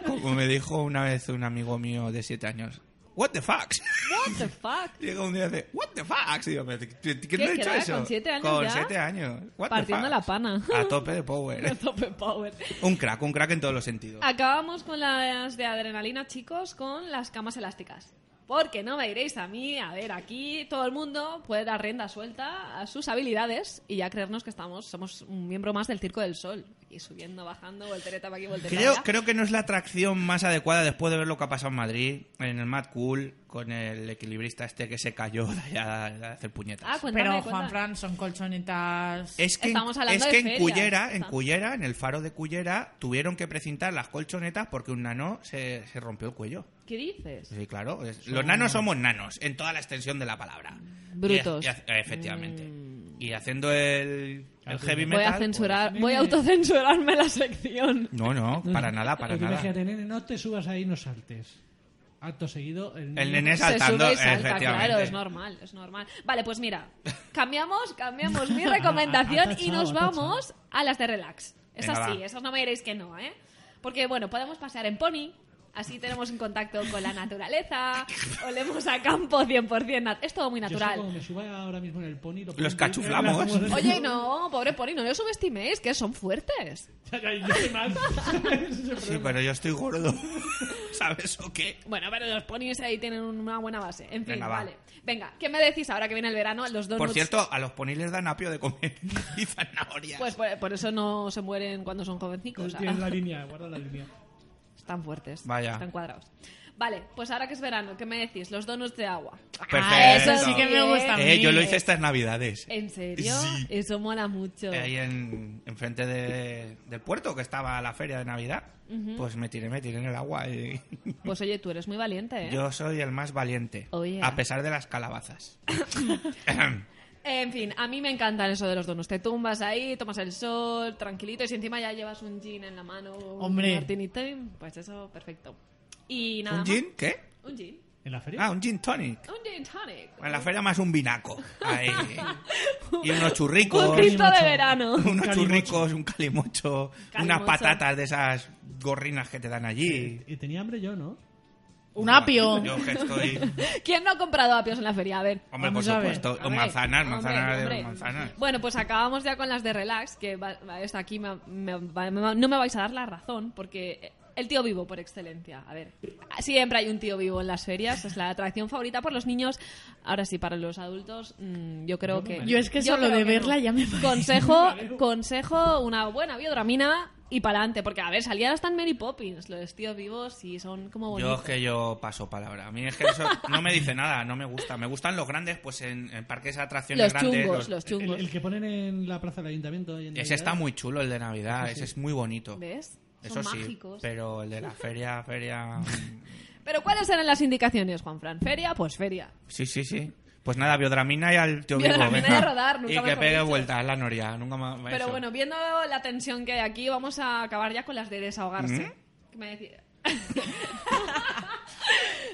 Speaker 3: Como me dijo una vez un amigo mío de 7 años, ¿What the fuck?
Speaker 7: What the fuck?
Speaker 3: Llega un día y dice, ¿What the fuck? Y yo, me dice, ¿Quién
Speaker 7: ¿Qué
Speaker 3: no ha hecho
Speaker 7: crack?
Speaker 3: eso?
Speaker 7: ¿Con siete años
Speaker 3: Con
Speaker 7: ya?
Speaker 3: 7 años. What the
Speaker 7: Partiendo
Speaker 3: fuck?
Speaker 7: la pana.
Speaker 3: A tope de power.
Speaker 7: Tope power.
Speaker 3: un crack, un crack en todos los sentidos.
Speaker 7: Ah, Acabamos con las de adrenalina, chicos, con las camas elásticas. Porque no me diréis a mí, a ver, aquí todo el mundo puede dar rienda suelta a sus habilidades y ya creernos que estamos, somos un miembro más del Circo del Sol. Y subiendo, bajando, voltereta para aquí, voltereta
Speaker 3: Creo,
Speaker 7: para allá.
Speaker 3: creo que no es la atracción más adecuada después de ver lo que ha pasado en Madrid, en el Mad Cool, con el equilibrista este que se cayó de allá de hacer puñetas.
Speaker 7: Ah, cuéntame,
Speaker 5: Pero
Speaker 7: cuéntame.
Speaker 5: Juan Fran son colchonetas.
Speaker 3: es que, en-
Speaker 7: estamos hablando
Speaker 3: es
Speaker 7: de
Speaker 3: que en
Speaker 7: feria.
Speaker 3: Cullera, en
Speaker 7: Está-
Speaker 3: Cullera, en el faro de Cullera, tuvieron que precintar las colchonetas porque un nano se, se rompió el cuello.
Speaker 7: ¿Qué dices?
Speaker 3: Sí, claro. es- Los nanos somos nanos, en toda la extensión de la palabra.
Speaker 7: Brutos. Mm.
Speaker 3: Y ha- y ha- efectivamente. Y haciendo el, el heavy
Speaker 7: Voy
Speaker 3: metal...
Speaker 7: a censurar, voy a autocensurarme la sección.
Speaker 3: pues- no, no, para nada, para
Speaker 6: Lo que
Speaker 3: nada.
Speaker 6: Imagínate, nene, no te subas ahí y no saltes. Acto seguido, el,
Speaker 3: El
Speaker 6: niño-
Speaker 3: nene
Speaker 7: Se
Speaker 3: saltando,
Speaker 7: sube y salta,
Speaker 3: efectivamente.
Speaker 7: claro, es normal, es normal. Vale, pues mira, cambiamos, cambiamos mi recomendación
Speaker 6: Ha- ha tachado,
Speaker 7: y nos
Speaker 6: ha tachado.
Speaker 7: vamos a las de relax. Esas
Speaker 3: Venga,
Speaker 7: sí,
Speaker 3: va.
Speaker 7: esas no me diréis que no, ¿eh? Porque bueno, podemos pasear en pony, así tenemos un contacto con la naturaleza, olemos a campo 100%, nat- es todo muy
Speaker 6: Yo sé como
Speaker 7: natural.
Speaker 6: me suba ahora mismo en el pony. lo
Speaker 3: Los
Speaker 6: pongo-
Speaker 3: cachuflamos.
Speaker 7: Oye, no, pobre pony, no los subestiméis, que son fuertes.
Speaker 6: Ya, ya, yo soy mal.
Speaker 3: Sí, pues, pero yo estoy gordo. ¿Sabes o qué?
Speaker 7: Bueno, pero los ponis ahí tienen una buena base. En fin,
Speaker 3: Venga, va.
Speaker 7: vale. Venga, ¿qué me decís ahora que viene el verano? Los donuts.
Speaker 3: Por cierto, a los ponis les dan apio de comer y zanahorias.
Speaker 7: Pues por, por eso no se mueren cuando son jovencicos.
Speaker 6: Pues
Speaker 7: ah.
Speaker 6: Tienes la línea, guarda la línea.
Speaker 7: Están fuertes.
Speaker 3: Vaya.
Speaker 7: Están cuadrados. Vale, pues ahora que es verano, ¿qué me decís? Los donuts de agua.
Speaker 3: Perfecto.
Speaker 5: Ah, eso sí que me gusta a
Speaker 3: Eh,
Speaker 5: mí.
Speaker 3: yo lo hice estas navidades.
Speaker 7: ¿En serio?
Speaker 3: Sí. Eh,
Speaker 7: Eso mola mucho.
Speaker 3: Ahí en, enfrente de- del puerto que estaba la feria de Navidad. Pues me tiré, me tiré en el agua. y-
Speaker 7: Pues oye, tú eres muy valiente, ¿eh?
Speaker 3: Yo soy el más valiente.
Speaker 7: Oh, yeah.
Speaker 3: A pesar de las calabazas.
Speaker 7: En fin, a mí me encantan eso de los donuts. Te tumbas ahí, tomas el sol, tranquilito, y si encima ya llevas un gin en la mano,
Speaker 5: Hombre.
Speaker 7: un martinito, pues eso, perfecto. Y nada
Speaker 3: ¿Un
Speaker 7: más.
Speaker 3: gin? ¿Qué?
Speaker 7: Un gin.
Speaker 6: ¿En la feria?
Speaker 3: Ah, un gin tonic.
Speaker 7: Un gin tonic.
Speaker 3: En la feria más un vinaco. Ahí. Y unos churricos.
Speaker 7: Un Cristo de
Speaker 6: Calimocho.
Speaker 7: verano.
Speaker 3: unos
Speaker 6: Calimocho.
Speaker 3: churricos, un calimocho, unas
Speaker 7: Calimocho.
Speaker 3: patatas de esas gorrinas que te dan allí.
Speaker 6: Y Eh, tenía hambre yo, ¿no?
Speaker 5: Un apio.
Speaker 3: Yo que estoy.
Speaker 7: ¿Quién no ha comprado apios en la feria? A ver.
Speaker 3: Hombre,
Speaker 5: Vamos
Speaker 3: por
Speaker 5: a ver.
Speaker 3: supuesto. O
Speaker 7: Hombre,
Speaker 3: manzanas,
Speaker 7: hombre,
Speaker 3: manzanas,
Speaker 7: hombre.
Speaker 3: manzanas.
Speaker 7: Bueno, pues acabamos ya con las de relax, que va- va- esta aquí me- me- va- me va- no me vais a dar la razón, porque eh, el tío vivo por excelencia. A ver, siempre hay un tío vivo en las ferias, es la atracción favorita por los niños. Ahora sí, para los adultos, mm, yo creo que...
Speaker 5: Yo es que solo
Speaker 7: creo
Speaker 5: de
Speaker 7: que
Speaker 5: verla ya me parece.
Speaker 7: Consejo, consejo una buena biodramina y para adelante, porque a ver, salían hasta en Mary Poppins los tíos vivos y son como
Speaker 3: Yo
Speaker 7: bonitos.
Speaker 3: es que yo paso palabra. A mí es que eso no me dice nada, no me gusta. Me gustan los grandes, pues en, en parques de atracciones
Speaker 7: Los
Speaker 3: grandes.
Speaker 7: chungos, los
Speaker 6: El,
Speaker 7: chungos.
Speaker 6: el que ponen en la plaza del ayuntamiento. hoy en
Speaker 3: Ese está
Speaker 6: Navidad.
Speaker 3: muy chulo, el de Navidad. Ese es muy bonito.
Speaker 7: ¿Ves?
Speaker 3: Eso
Speaker 7: son
Speaker 3: sí.
Speaker 7: mágicos.
Speaker 3: Pero el de la feria, feria. mm,
Speaker 7: Pero ¿cuáles eran las indicaciones, Juan Fran? ¿Feria? Pues feria.
Speaker 3: Sí, sí, sí. Pues nada, biodramina y al tío vivo.
Speaker 7: Biodramina
Speaker 3: venga.
Speaker 7: y a rodar, nunca
Speaker 3: y que
Speaker 7: mejor
Speaker 3: pegue
Speaker 7: dicho.
Speaker 3: vuelta a la noria. Nunca más.
Speaker 7: Pero
Speaker 3: Pues eso.
Speaker 7: bueno, viendo la tensión que hay aquí, vamos a acabar ya con las de desahogarse. ¿Qué me decía?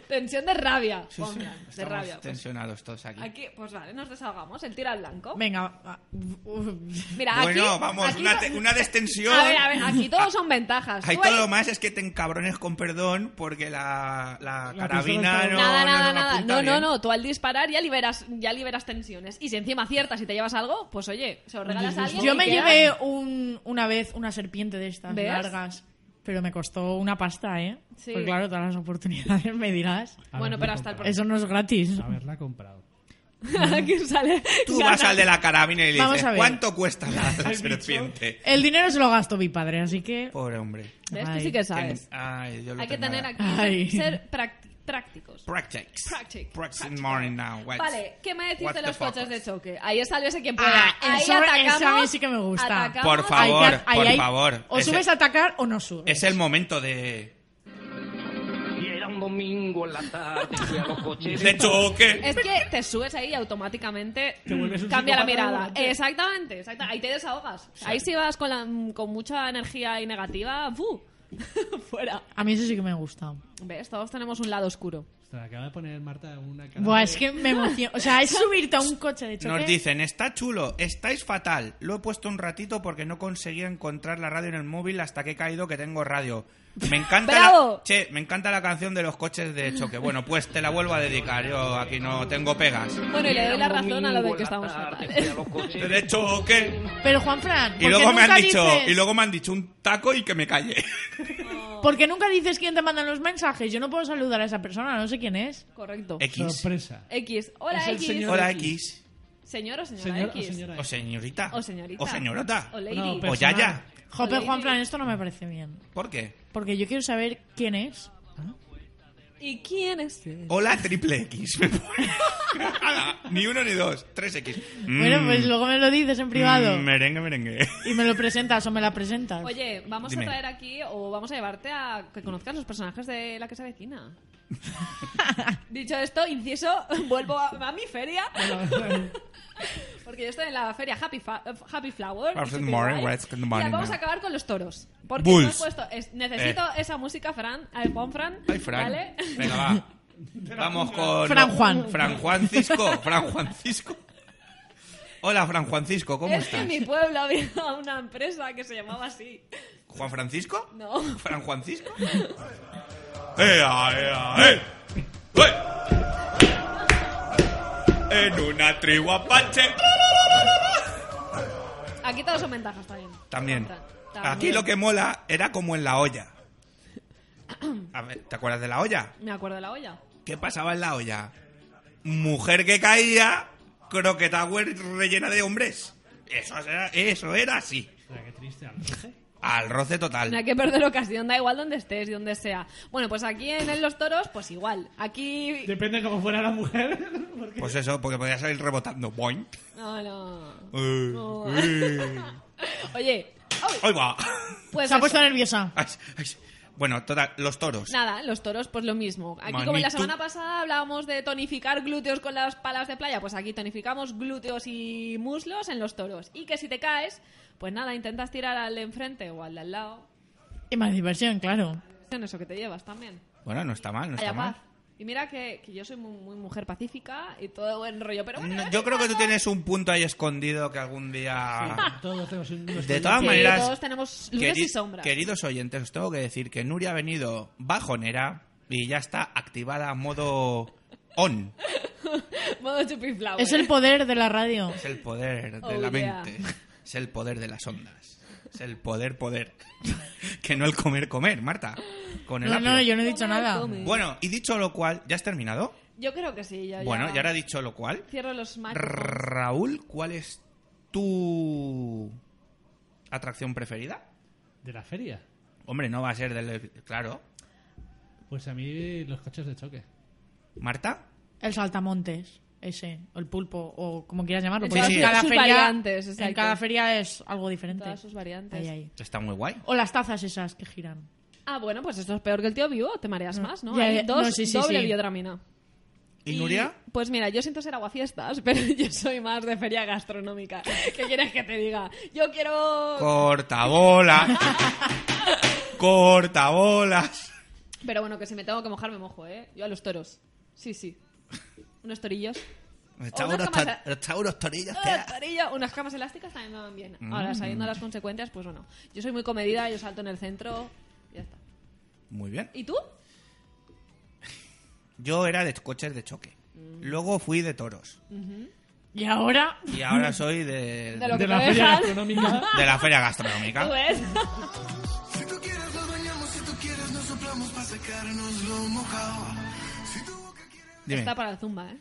Speaker 7: tensión de rabia,
Speaker 3: Sí,
Speaker 7: Juan
Speaker 3: sí,
Speaker 7: Fran, de
Speaker 3: estamos
Speaker 7: rabia. Pues
Speaker 3: tensionados todos aquí.
Speaker 7: aquí, pues vale, nos desahogamos. El tiro al blanco.
Speaker 5: Venga. va- va-
Speaker 7: Mira,
Speaker 3: bueno,
Speaker 7: aquí,
Speaker 3: vamos,
Speaker 7: aquí
Speaker 3: una,
Speaker 7: to-
Speaker 3: te- una destensión.
Speaker 7: A ver, a ver, aquí todos son ventajas.
Speaker 3: Hay
Speaker 7: Tú ahí-
Speaker 3: todo lo más es que te encabrones con perdón porque la, la
Speaker 6: La
Speaker 3: carabina
Speaker 6: pistola
Speaker 3: no.
Speaker 7: nada,
Speaker 3: no-
Speaker 7: nada,
Speaker 3: no
Speaker 7: nada.
Speaker 3: apunta
Speaker 7: No, no,
Speaker 3: bien.
Speaker 7: no. Tú al disparar ya liberas, ya liberas tensiones. Y si encima aciertas y te llevas algo, pues oye, se lo regalas a alguien.
Speaker 5: Yo
Speaker 7: y
Speaker 5: me
Speaker 7: queda-
Speaker 5: llevé un- una vez una serpiente de estas
Speaker 7: ¿Ves?
Speaker 5: largas. Pero me costó una pasta, ¿eh?
Speaker 7: Sí.
Speaker 5: Porque claro, todas las oportunidades me dirás.
Speaker 7: Bueno, pero hasta el pro-
Speaker 5: Eso no es gratis.
Speaker 6: Haberla comprado.
Speaker 7: ¿Quién sale?
Speaker 3: Tú
Speaker 7: Gana.
Speaker 3: vas al de la carabina y le
Speaker 5: Vamos
Speaker 3: dices,
Speaker 5: a ver.
Speaker 3: ¿cuánto cuesta la serpiente?
Speaker 5: El dinero se lo gasto mi padre, así que...
Speaker 3: Pobre hombre.
Speaker 7: ¿Ves? Tú
Speaker 5: Ay.
Speaker 7: sí que sabes.
Speaker 3: Ay, yo lo
Speaker 7: Hay que
Speaker 3: tenía.
Speaker 7: tener aquí,
Speaker 5: Ay.
Speaker 7: ser prácti- prácticos.
Speaker 3: Practice.
Speaker 7: Practice.
Speaker 3: Practice morning now. What's-
Speaker 7: Vale, ¿qué me decís
Speaker 3: what's
Speaker 7: de
Speaker 3: the
Speaker 7: los coches
Speaker 3: focus?
Speaker 7: de choque? Ahí sálvese quien pueda.
Speaker 5: Ah,
Speaker 7: Ahí
Speaker 5: eso-
Speaker 7: atacamos.
Speaker 5: eso a mí sí que me gusta.
Speaker 7: atacamos.
Speaker 3: Por favor,
Speaker 5: Hay que- ahí
Speaker 3: por
Speaker 5: hay-
Speaker 3: favor.
Speaker 5: O
Speaker 3: Es
Speaker 5: subes
Speaker 3: el-
Speaker 5: a atacar o no subes.
Speaker 3: Es el momento de...
Speaker 10: Y era un domingo en la tarde, fui a los coches.
Speaker 3: De choque.
Speaker 7: Es que te subes ahí y automáticamente
Speaker 6: Te vuelves un
Speaker 7: cambia la
Speaker 6: psicópata
Speaker 7: mirada.
Speaker 6: delante.
Speaker 7: Exactamente, exacta- Ahí te desahogas. Ahí si vas con, la- con mucha energía y negativa, ¡fu! fuera.
Speaker 5: A mí eso sí que me gusta.
Speaker 7: ¿Ves? Todos tenemos un lado oscuro.
Speaker 6: Ostras, acaba de poner Marta una cara.
Speaker 5: Buah,
Speaker 6: de-
Speaker 5: es que me emociona. O sea, es subirte a un coche de choque.
Speaker 3: Nos dicen, está chulo, estáis fatal. Lo he puesto un ratito porque no conseguía encontrar la radio en el móvil hasta que he caído que tengo radio. Me encanta,
Speaker 7: ¡Bravo!
Speaker 3: La, che, me encanta la canción de los coches de choque. Bueno, pues te la vuelvo a dedicar. Yo aquí no tengo pegas.
Speaker 7: Bueno, y le doy la
Speaker 10: Era un
Speaker 7: razón a lo de
Speaker 10: domingo
Speaker 7: que
Speaker 10: en la
Speaker 7: estamos
Speaker 10: tarde,
Speaker 7: fatal.
Speaker 10: fui a los coches.
Speaker 3: De choque.
Speaker 5: Pero Juan Fran,
Speaker 3: Y luego me han dicho,
Speaker 5: dices,
Speaker 3: y luego me han dicho un taco y que me calle.
Speaker 5: ¿por qué nunca dices quién te manda los mensajes? Yo no puedo saludar a esa persona, no sé quién es.
Speaker 7: Correcto.
Speaker 3: X.
Speaker 6: Sorpresa.
Speaker 7: X. Hola,
Speaker 6: Es el
Speaker 7: X.
Speaker 6: señor-
Speaker 3: Hola X.
Speaker 7: Señor o señora
Speaker 6: Señor o
Speaker 7: X.
Speaker 6: señora
Speaker 3: O señorita.
Speaker 7: O señorita.
Speaker 3: O señorota.
Speaker 7: O lady.
Speaker 6: No, pues-
Speaker 3: O
Speaker 6: pero-
Speaker 3: yaya.
Speaker 5: Jope,
Speaker 7: Hola,
Speaker 5: Juan
Speaker 7: Irene.
Speaker 5: Fran, esto no me parece bien.
Speaker 3: ¿Por qué?
Speaker 5: Porque yo quiero saber quién es.
Speaker 7: ¿Y quién es él?
Speaker 3: Hola triple X. Me pone. Nada, ni uno ni dos. Tres X.
Speaker 5: Bueno,
Speaker 3: Mm,
Speaker 5: pues luego me lo dices en privado.
Speaker 3: mm, merengue, merengue.
Speaker 5: Y me lo presentas o me la presentas.
Speaker 7: Oye, vamos
Speaker 3: Dime.
Speaker 7: a traer aquí o vamos a llevarte a que conozcas los personajes de la que se avecina. Dicho esto, inciso, vuelvo a, a mi feria. Porque yo estoy en la feria Happy, Fa- eh, Happy Flower.
Speaker 3: Perfect
Speaker 7: Chippy
Speaker 3: morning,
Speaker 7: White,
Speaker 3: right, good
Speaker 7: y
Speaker 3: morning,
Speaker 7: vamos
Speaker 3: no.
Speaker 7: a acabar con los toros. Porque
Speaker 3: Bulls. Eh.
Speaker 7: hemos puesto- es- necesito esa música, Fran. Al Juan Fran.
Speaker 3: Ay, Fran.
Speaker 7: ¿vale?
Speaker 3: Venga, va. Vamos con.
Speaker 5: Fran Juan.
Speaker 3: Fran Juan Cisco. Fran Juan Cisco. Hola, Fran Juan Cisco, ¿cómo
Speaker 7: es que
Speaker 3: estás?
Speaker 7: en mi pueblo había una empresa que se llamaba así.
Speaker 3: ¿Juan Francisco?
Speaker 7: No.
Speaker 3: ¿Fran Juan Cisco? ¡Ea, ea, eh! ¡Eh! En una tribu apache.
Speaker 7: Aquí todos son ventajas también.
Speaker 3: También.
Speaker 7: Fran, también.
Speaker 3: Aquí lo que mola era como en la olla. A ver, ¿te acuerdas de la olla?
Speaker 7: Me acuerdo de la olla.
Speaker 3: ¿Qué pasaba en la olla? Mujer que caía, croquetagüer rellena de hombres. Eso era, eso era así.
Speaker 6: Ostras, qué triste. al
Speaker 7: ¿eh?
Speaker 6: roce.
Speaker 3: Al roce
Speaker 7: No hay
Speaker 3: total.
Speaker 7: que perder ocasión, da igual donde estés y donde sea. Bueno, pues aquí en el Los Toros, pues igual. Aquí.
Speaker 6: Depende cómo fuera la mujer. porque-
Speaker 3: Pues eso, porque podía salir rebotando. Boing.
Speaker 7: No, no.
Speaker 3: Eh,
Speaker 7: No.
Speaker 3: eh.
Speaker 7: Oye, uy,
Speaker 3: Ahí va.
Speaker 7: pues.
Speaker 5: Se ha
Speaker 7: eso.
Speaker 5: puesto nerviosa.
Speaker 3: Ay, ay. Bueno, total, los toros.
Speaker 7: Nada, los toros, pues lo mismo. Aquí, como la
Speaker 3: Manito.
Speaker 7: semana pasada hablábamos de tonificar glúteos con las palas de playa, pues aquí tonificamos glúteos y muslos en los toros. Y que si te caes, pues nada, intentas tirar al de enfrente o al de al lado.
Speaker 5: Y más diversión, claro.
Speaker 7: En eso que te llevas también.
Speaker 3: Bueno, no está mal, no está
Speaker 7: Haya paz.
Speaker 3: mal.
Speaker 7: Y mira que, que yo soy muy, muy mujer pacífica y todo buen rollo, pero bueno. de
Speaker 3: No,
Speaker 7: vez
Speaker 3: Mm, Yo
Speaker 7: en
Speaker 3: creo que tú
Speaker 7: cuando-
Speaker 3: tienes un punto ahí escondido que algún día...
Speaker 6: Todos tenemos un-
Speaker 3: Ah. De todas
Speaker 7: Sí,
Speaker 3: maneras,
Speaker 7: Pues todos tenemos luces y sombras.
Speaker 3: queridos oyentes, os tengo que decir que Nuria ha venido bajonera y ya está activada a modo on.
Speaker 7: Modo ¿eh? chupiflower.
Speaker 5: Es el poder de la radio.
Speaker 3: Es el poder de
Speaker 7: Oh,
Speaker 3: la
Speaker 7: yeah.
Speaker 3: mente. Es el poder de las ondas. Es el poder, poder. que no el comer, comer, Marta. Con el
Speaker 5: No,
Speaker 3: apio.
Speaker 5: no, yo no he dicho nada.
Speaker 3: Bueno, y dicho lo cual, ¿ya has terminado?
Speaker 7: Yo creo que sí. ya-
Speaker 3: Bueno,
Speaker 7: ya.
Speaker 3: y ahora dicho lo cual,
Speaker 7: Cierro los micrófonos.
Speaker 3: Raúl, ¿cuál es tu atracción preferida?
Speaker 6: De la feria.
Speaker 3: Hombre, no va a ser del. Claro.
Speaker 6: Pues a mí los coches de choque.
Speaker 3: ¿Marta?
Speaker 5: El saltamontes, ese, o el pulpo, o como quieras llamarlo.
Speaker 7: En
Speaker 5: porque
Speaker 3: todas
Speaker 5: en,
Speaker 3: sus-
Speaker 5: cada
Speaker 7: sus
Speaker 5: feria,
Speaker 7: variantes,
Speaker 5: en
Speaker 7: exacto.
Speaker 5: cada feria es algo diferente.
Speaker 7: Todas sus variantes.
Speaker 5: Ahí, ahí.
Speaker 3: Está muy guay.
Speaker 5: O las tazas esas que giran.
Speaker 7: Ah, bueno, pues esto es peor que el tío vivo. Te mareas más, ¿no?
Speaker 5: Ya,
Speaker 7: Hay
Speaker 5: ya,
Speaker 7: dos
Speaker 5: no, sí, sí,
Speaker 7: doble
Speaker 5: sí.
Speaker 7: biodramina.
Speaker 3: ¿Y Nuria?
Speaker 7: Pues mira, yo siento ser aguafiestas, pero yo soy más de feria gastronómica. ¿Qué quieres que te diga? Yo quiero...
Speaker 3: Corta bola. Corta bolas.
Speaker 7: Pero bueno, que si me tengo que mojar, me mojo, ¿eh? Yo a los toros. Sí, sí. Unos torillos.
Speaker 3: Echaba unos
Speaker 7: camas-
Speaker 3: tor- echaba unos torillos. que
Speaker 7: Ah,
Speaker 3: era-
Speaker 7: torillo. Unas camas elásticas también me van bien.
Speaker 3: Mm.
Speaker 7: Ahora, sabiendo las consecuencias, pues bueno. Yo soy muy comedida, yo salto en el centro. Ya está.
Speaker 3: Muy bien.
Speaker 7: ¿Y tú?
Speaker 3: Yo era de coches de choque.
Speaker 11: Mm.
Speaker 3: Luego fui de toros.
Speaker 5: Y ahora,
Speaker 3: Y ahora soy de,
Speaker 7: De lo
Speaker 6: De
Speaker 7: que
Speaker 6: la
Speaker 7: te
Speaker 6: feria
Speaker 7: dejan.
Speaker 6: gastronómica.
Speaker 3: ¿Eh? de la feria
Speaker 7: ¿Tú
Speaker 3: gastronómica.
Speaker 7: ves?
Speaker 11: secarnos lo mojado. Si tu boca
Speaker 3: Dime.
Speaker 7: Está para la zumba, ¿eh?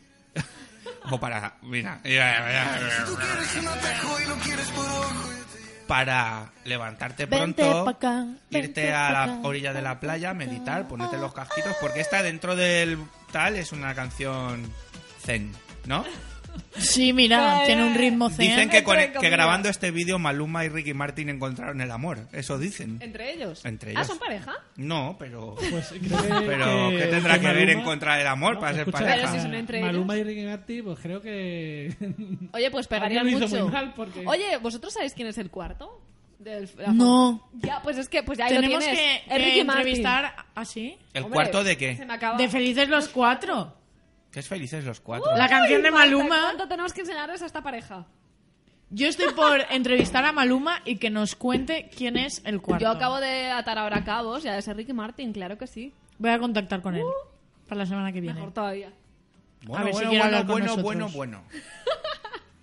Speaker 3: O para. Mira.
Speaker 11: quieres un atajo y lo quieres por ojo.
Speaker 3: Para levantarte
Speaker 11: Vente
Speaker 3: pronto,
Speaker 11: pa' acá,
Speaker 3: irte
Speaker 11: vente
Speaker 3: a
Speaker 11: pa'
Speaker 3: la
Speaker 11: acá,
Speaker 3: orilla de la playa, meditar, ponerte los casquitos, porque esta dentro del tal es una canción zen, ¿no?
Speaker 5: Sí, mira,
Speaker 7: Eh,
Speaker 5: tiene un ritmo zen.
Speaker 3: Dicen que, con- que grabando este vídeo Maluma y Ricky Martin encontraron el amor, eso dicen.
Speaker 7: ¿Entre ellos?
Speaker 3: Entre
Speaker 7: ¿Ah,
Speaker 3: ellos.
Speaker 7: son pareja?
Speaker 3: No, pero.
Speaker 6: pues creo
Speaker 3: pero
Speaker 6: que-
Speaker 3: ¿qué tendrá
Speaker 6: que
Speaker 3: que, ver
Speaker 6: Maluma-
Speaker 3: encontrar el amor para ser
Speaker 6: Escucha,
Speaker 3: pareja?
Speaker 7: si son entre
Speaker 6: Maluma y Ricky Martin, pues creo que.
Speaker 7: Oye, pues pegarían
Speaker 6: Alguien lo hizo
Speaker 7: mucho.
Speaker 6: muy mal porque-
Speaker 7: Oye, ¿vosotros sabéis quién es el cuarto? Del- la
Speaker 5: No.
Speaker 7: foto. Ya, pues es que pues ya ahí
Speaker 5: Tenemos
Speaker 7: lo tienes.
Speaker 5: que, que
Speaker 7: Enrique Martin.
Speaker 5: entrevistar así.
Speaker 3: ¿El cuarto de qué?
Speaker 5: De Felices los Cuatro.
Speaker 3: Que es felices los cuatro.
Speaker 5: La canción de
Speaker 7: Falta,
Speaker 5: Maluma.
Speaker 7: ¿Cuánto tenemos que enseñarles a esta pareja?
Speaker 5: Yo estoy por entrevistar a Maluma y que nos cuente quién es el cuarto.
Speaker 7: Yo acabo de atar ahora cabos, ya es Ricky Martin, claro que sí.
Speaker 5: Voy a contactar con él
Speaker 7: Uh.
Speaker 5: para la semana que viene.
Speaker 7: Mejor todavía.
Speaker 3: Bueno,
Speaker 5: a ver si
Speaker 3: bueno,
Speaker 5: quiere
Speaker 3: bueno,
Speaker 5: hablar con
Speaker 3: bueno,
Speaker 5: nosotros.
Speaker 3: bueno, bueno.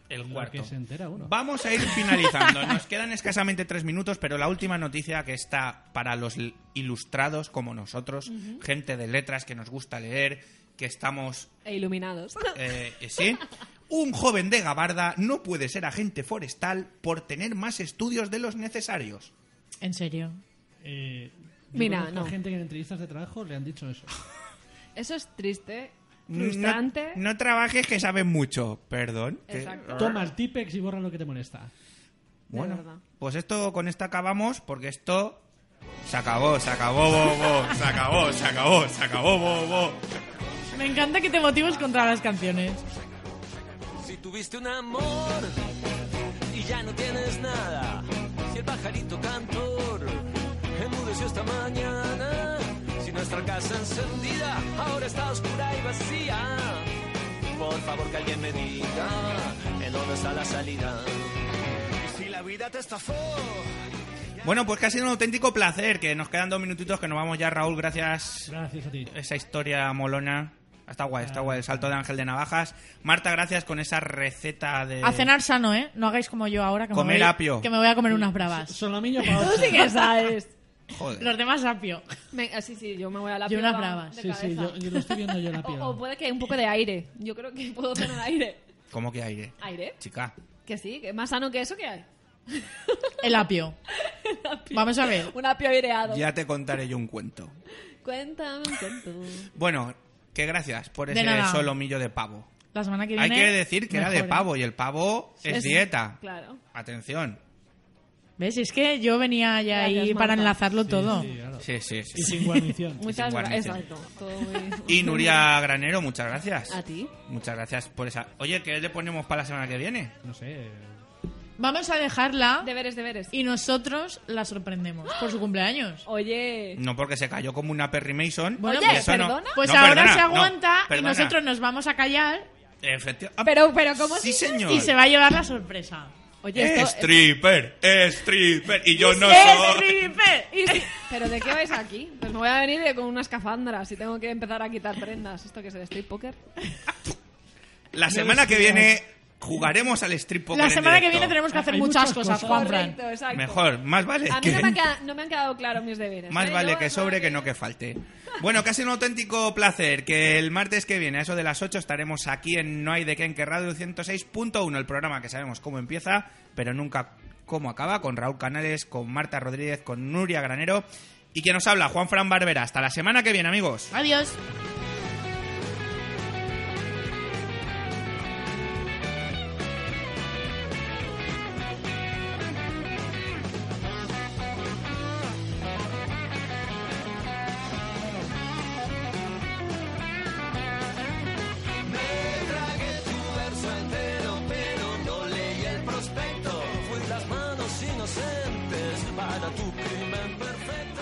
Speaker 3: El cuarto.
Speaker 6: uno.
Speaker 3: Vamos a ir finalizando. Nos quedan escasamente tres minutos, pero la última noticia que está para los l- ilustrados como nosotros,
Speaker 7: Ujú.
Speaker 3: gente de letras que nos gusta leer, que estamos
Speaker 7: E iluminados.
Speaker 3: Eh, eh, sí. Un joven de Gabarda no puede ser agente forestal por tener más estudios de los necesarios.
Speaker 5: En serio.
Speaker 6: eh, Yo
Speaker 7: Mira,
Speaker 6: conozco
Speaker 7: no.
Speaker 6: gente que en entrevistas de trabajo le han dicho eso.
Speaker 7: Eso es triste,
Speaker 3: No-
Speaker 7: frustrante.
Speaker 3: No, trabajes que sabes mucho. Perdón. que-
Speaker 7: Exacto.
Speaker 6: Toma el típex y borra lo que te molesta.
Speaker 3: Bueno, pues esto con esto acabamos porque esto se acabó, se acabó, bo, bo, se acabó, se acabó, se acabó, bo, bo.
Speaker 5: Me encanta que te motives contra las canciones.
Speaker 12: Si tuviste un amor y ya no tienes nada, si el pajarito cantor enmudeció esta mañana, si nuestra casa encendida ahora está oscura y vacía, por favor que alguien me diga en dónde está la salida. Y si la vida te estafó.
Speaker 3: Bueno, pues que ha sido un auténtico placer, que nos quedan dos minutitos que nos vamos ya, Raúl, gracias.
Speaker 6: Gracias a ti.
Speaker 3: Esa historia molona. Está guay, está guay, el salto de Ángel de Navajas. Marta, gracias con esa receta de...
Speaker 5: A cenar sano, ¿eh? No hagáis como yo ahora que, me,
Speaker 3: Comer
Speaker 5: voy,
Speaker 3: apio.
Speaker 5: que me voy a comer unas bravas.
Speaker 6: Solomillo
Speaker 5: Tú sí que sabes.
Speaker 3: Joder.
Speaker 5: Los demás apio.
Speaker 7: Me- ah, sí, sí, yo me voy a la
Speaker 5: Y unas bravas.
Speaker 7: de
Speaker 5: Sí,
Speaker 6: sí,
Speaker 7: cabeza.
Speaker 6: yo- yo lo estoy viendo yo la piel.
Speaker 7: O, o puede que un poco de aire. Yo creo que puedo tener aire.
Speaker 3: ¿Cómo que aire?
Speaker 7: ¿Aire?
Speaker 3: Chica.
Speaker 7: Que sí, que más sano que eso que hay.
Speaker 5: El apio. Vamos a ver.
Speaker 7: Un apio aireado.
Speaker 3: Ya te contaré yo un cuento.
Speaker 7: Cuéntame un cuento.
Speaker 3: Bueno, que gracias por
Speaker 5: De
Speaker 3: ese
Speaker 5: nada.
Speaker 3: solomillo de pavo.
Speaker 5: La semana que
Speaker 3: Hay
Speaker 5: viene.
Speaker 3: que decir que era de
Speaker 5: mejor, ¿eh?
Speaker 3: pavo y el pavo es dieta.
Speaker 7: Claro.
Speaker 3: Atención.
Speaker 5: ¿Ves? Es que yo venía ya
Speaker 7: Gracias,
Speaker 5: ahí para
Speaker 7: Marta.
Speaker 5: enlazarlo todo.
Speaker 3: Sí, sí, sí.
Speaker 6: Y sin guarnición.
Speaker 7: Muchas
Speaker 3: sin
Speaker 7: gracias.
Speaker 3: guarnición.
Speaker 7: Exacto. Todo muy-
Speaker 3: Y Nuria Granero, muchas gracias.
Speaker 7: A ti.
Speaker 3: Muchas gracias por esa. Oye, ¿qué le ponemos para la semana que viene?
Speaker 6: No sé.
Speaker 5: Vamos a dejarla.
Speaker 7: Deberes, deberes.
Speaker 5: Y nosotros la sorprendemos por su cumpleaños.
Speaker 7: Oye.
Speaker 3: No porque se cayó como una Perry Mason.
Speaker 5: Bueno,
Speaker 3: y
Speaker 5: pues-
Speaker 3: eso no-
Speaker 5: Pues
Speaker 3: no,
Speaker 5: ahora
Speaker 3: perdona,
Speaker 5: se
Speaker 3: no,
Speaker 5: aguanta y
Speaker 3: perdona.
Speaker 5: nosotros nos vamos a callar
Speaker 3: Efecti- ah,
Speaker 5: Pero- pero ¿cómo
Speaker 3: Sí,
Speaker 5: se-
Speaker 3: señor.
Speaker 5: y se va a llevar la sorpresa.
Speaker 3: stripper, stripper. Y yo no soy.
Speaker 5: ¡Stripper!
Speaker 7: Y si- ¿Pero de qué vais aquí? Pues me voy a venir de- con una escafandra si tengo que empezar a quitar prendas. ¿Esto que es el street poker?
Speaker 3: La semana que viene jugaremos al strip poker.
Speaker 5: La
Speaker 3: en
Speaker 5: semana que
Speaker 3: directo.
Speaker 5: viene tenemos que hacer muchas cosas, Juanfran.
Speaker 7: Correcto, exacto.
Speaker 3: Mejor, más vale
Speaker 7: A mí
Speaker 3: que.
Speaker 7: no me, ha queda- no me han quedado claros mis deberes.
Speaker 3: Más
Speaker 7: ¿eh?
Speaker 3: vale
Speaker 7: Yo-
Speaker 3: que sobre que no que falte. Bueno, casi un auténtico placer que el martes que viene, a eso de las 8, estaremos aquí en No hay de qué en que Radio 106.1, el programa que sabemos cómo empieza, pero nunca cómo acaba, con Raúl Canales, con Marta Rodríguez, con Nuria Granero y que nos habla Juan Fran Barbera. Hasta la semana que viene, amigos.
Speaker 5: Adiós.
Speaker 12: Tragué tu verso entero, pero no leí el prospecto. Fui las manos inocentes para tu crimen perfecto.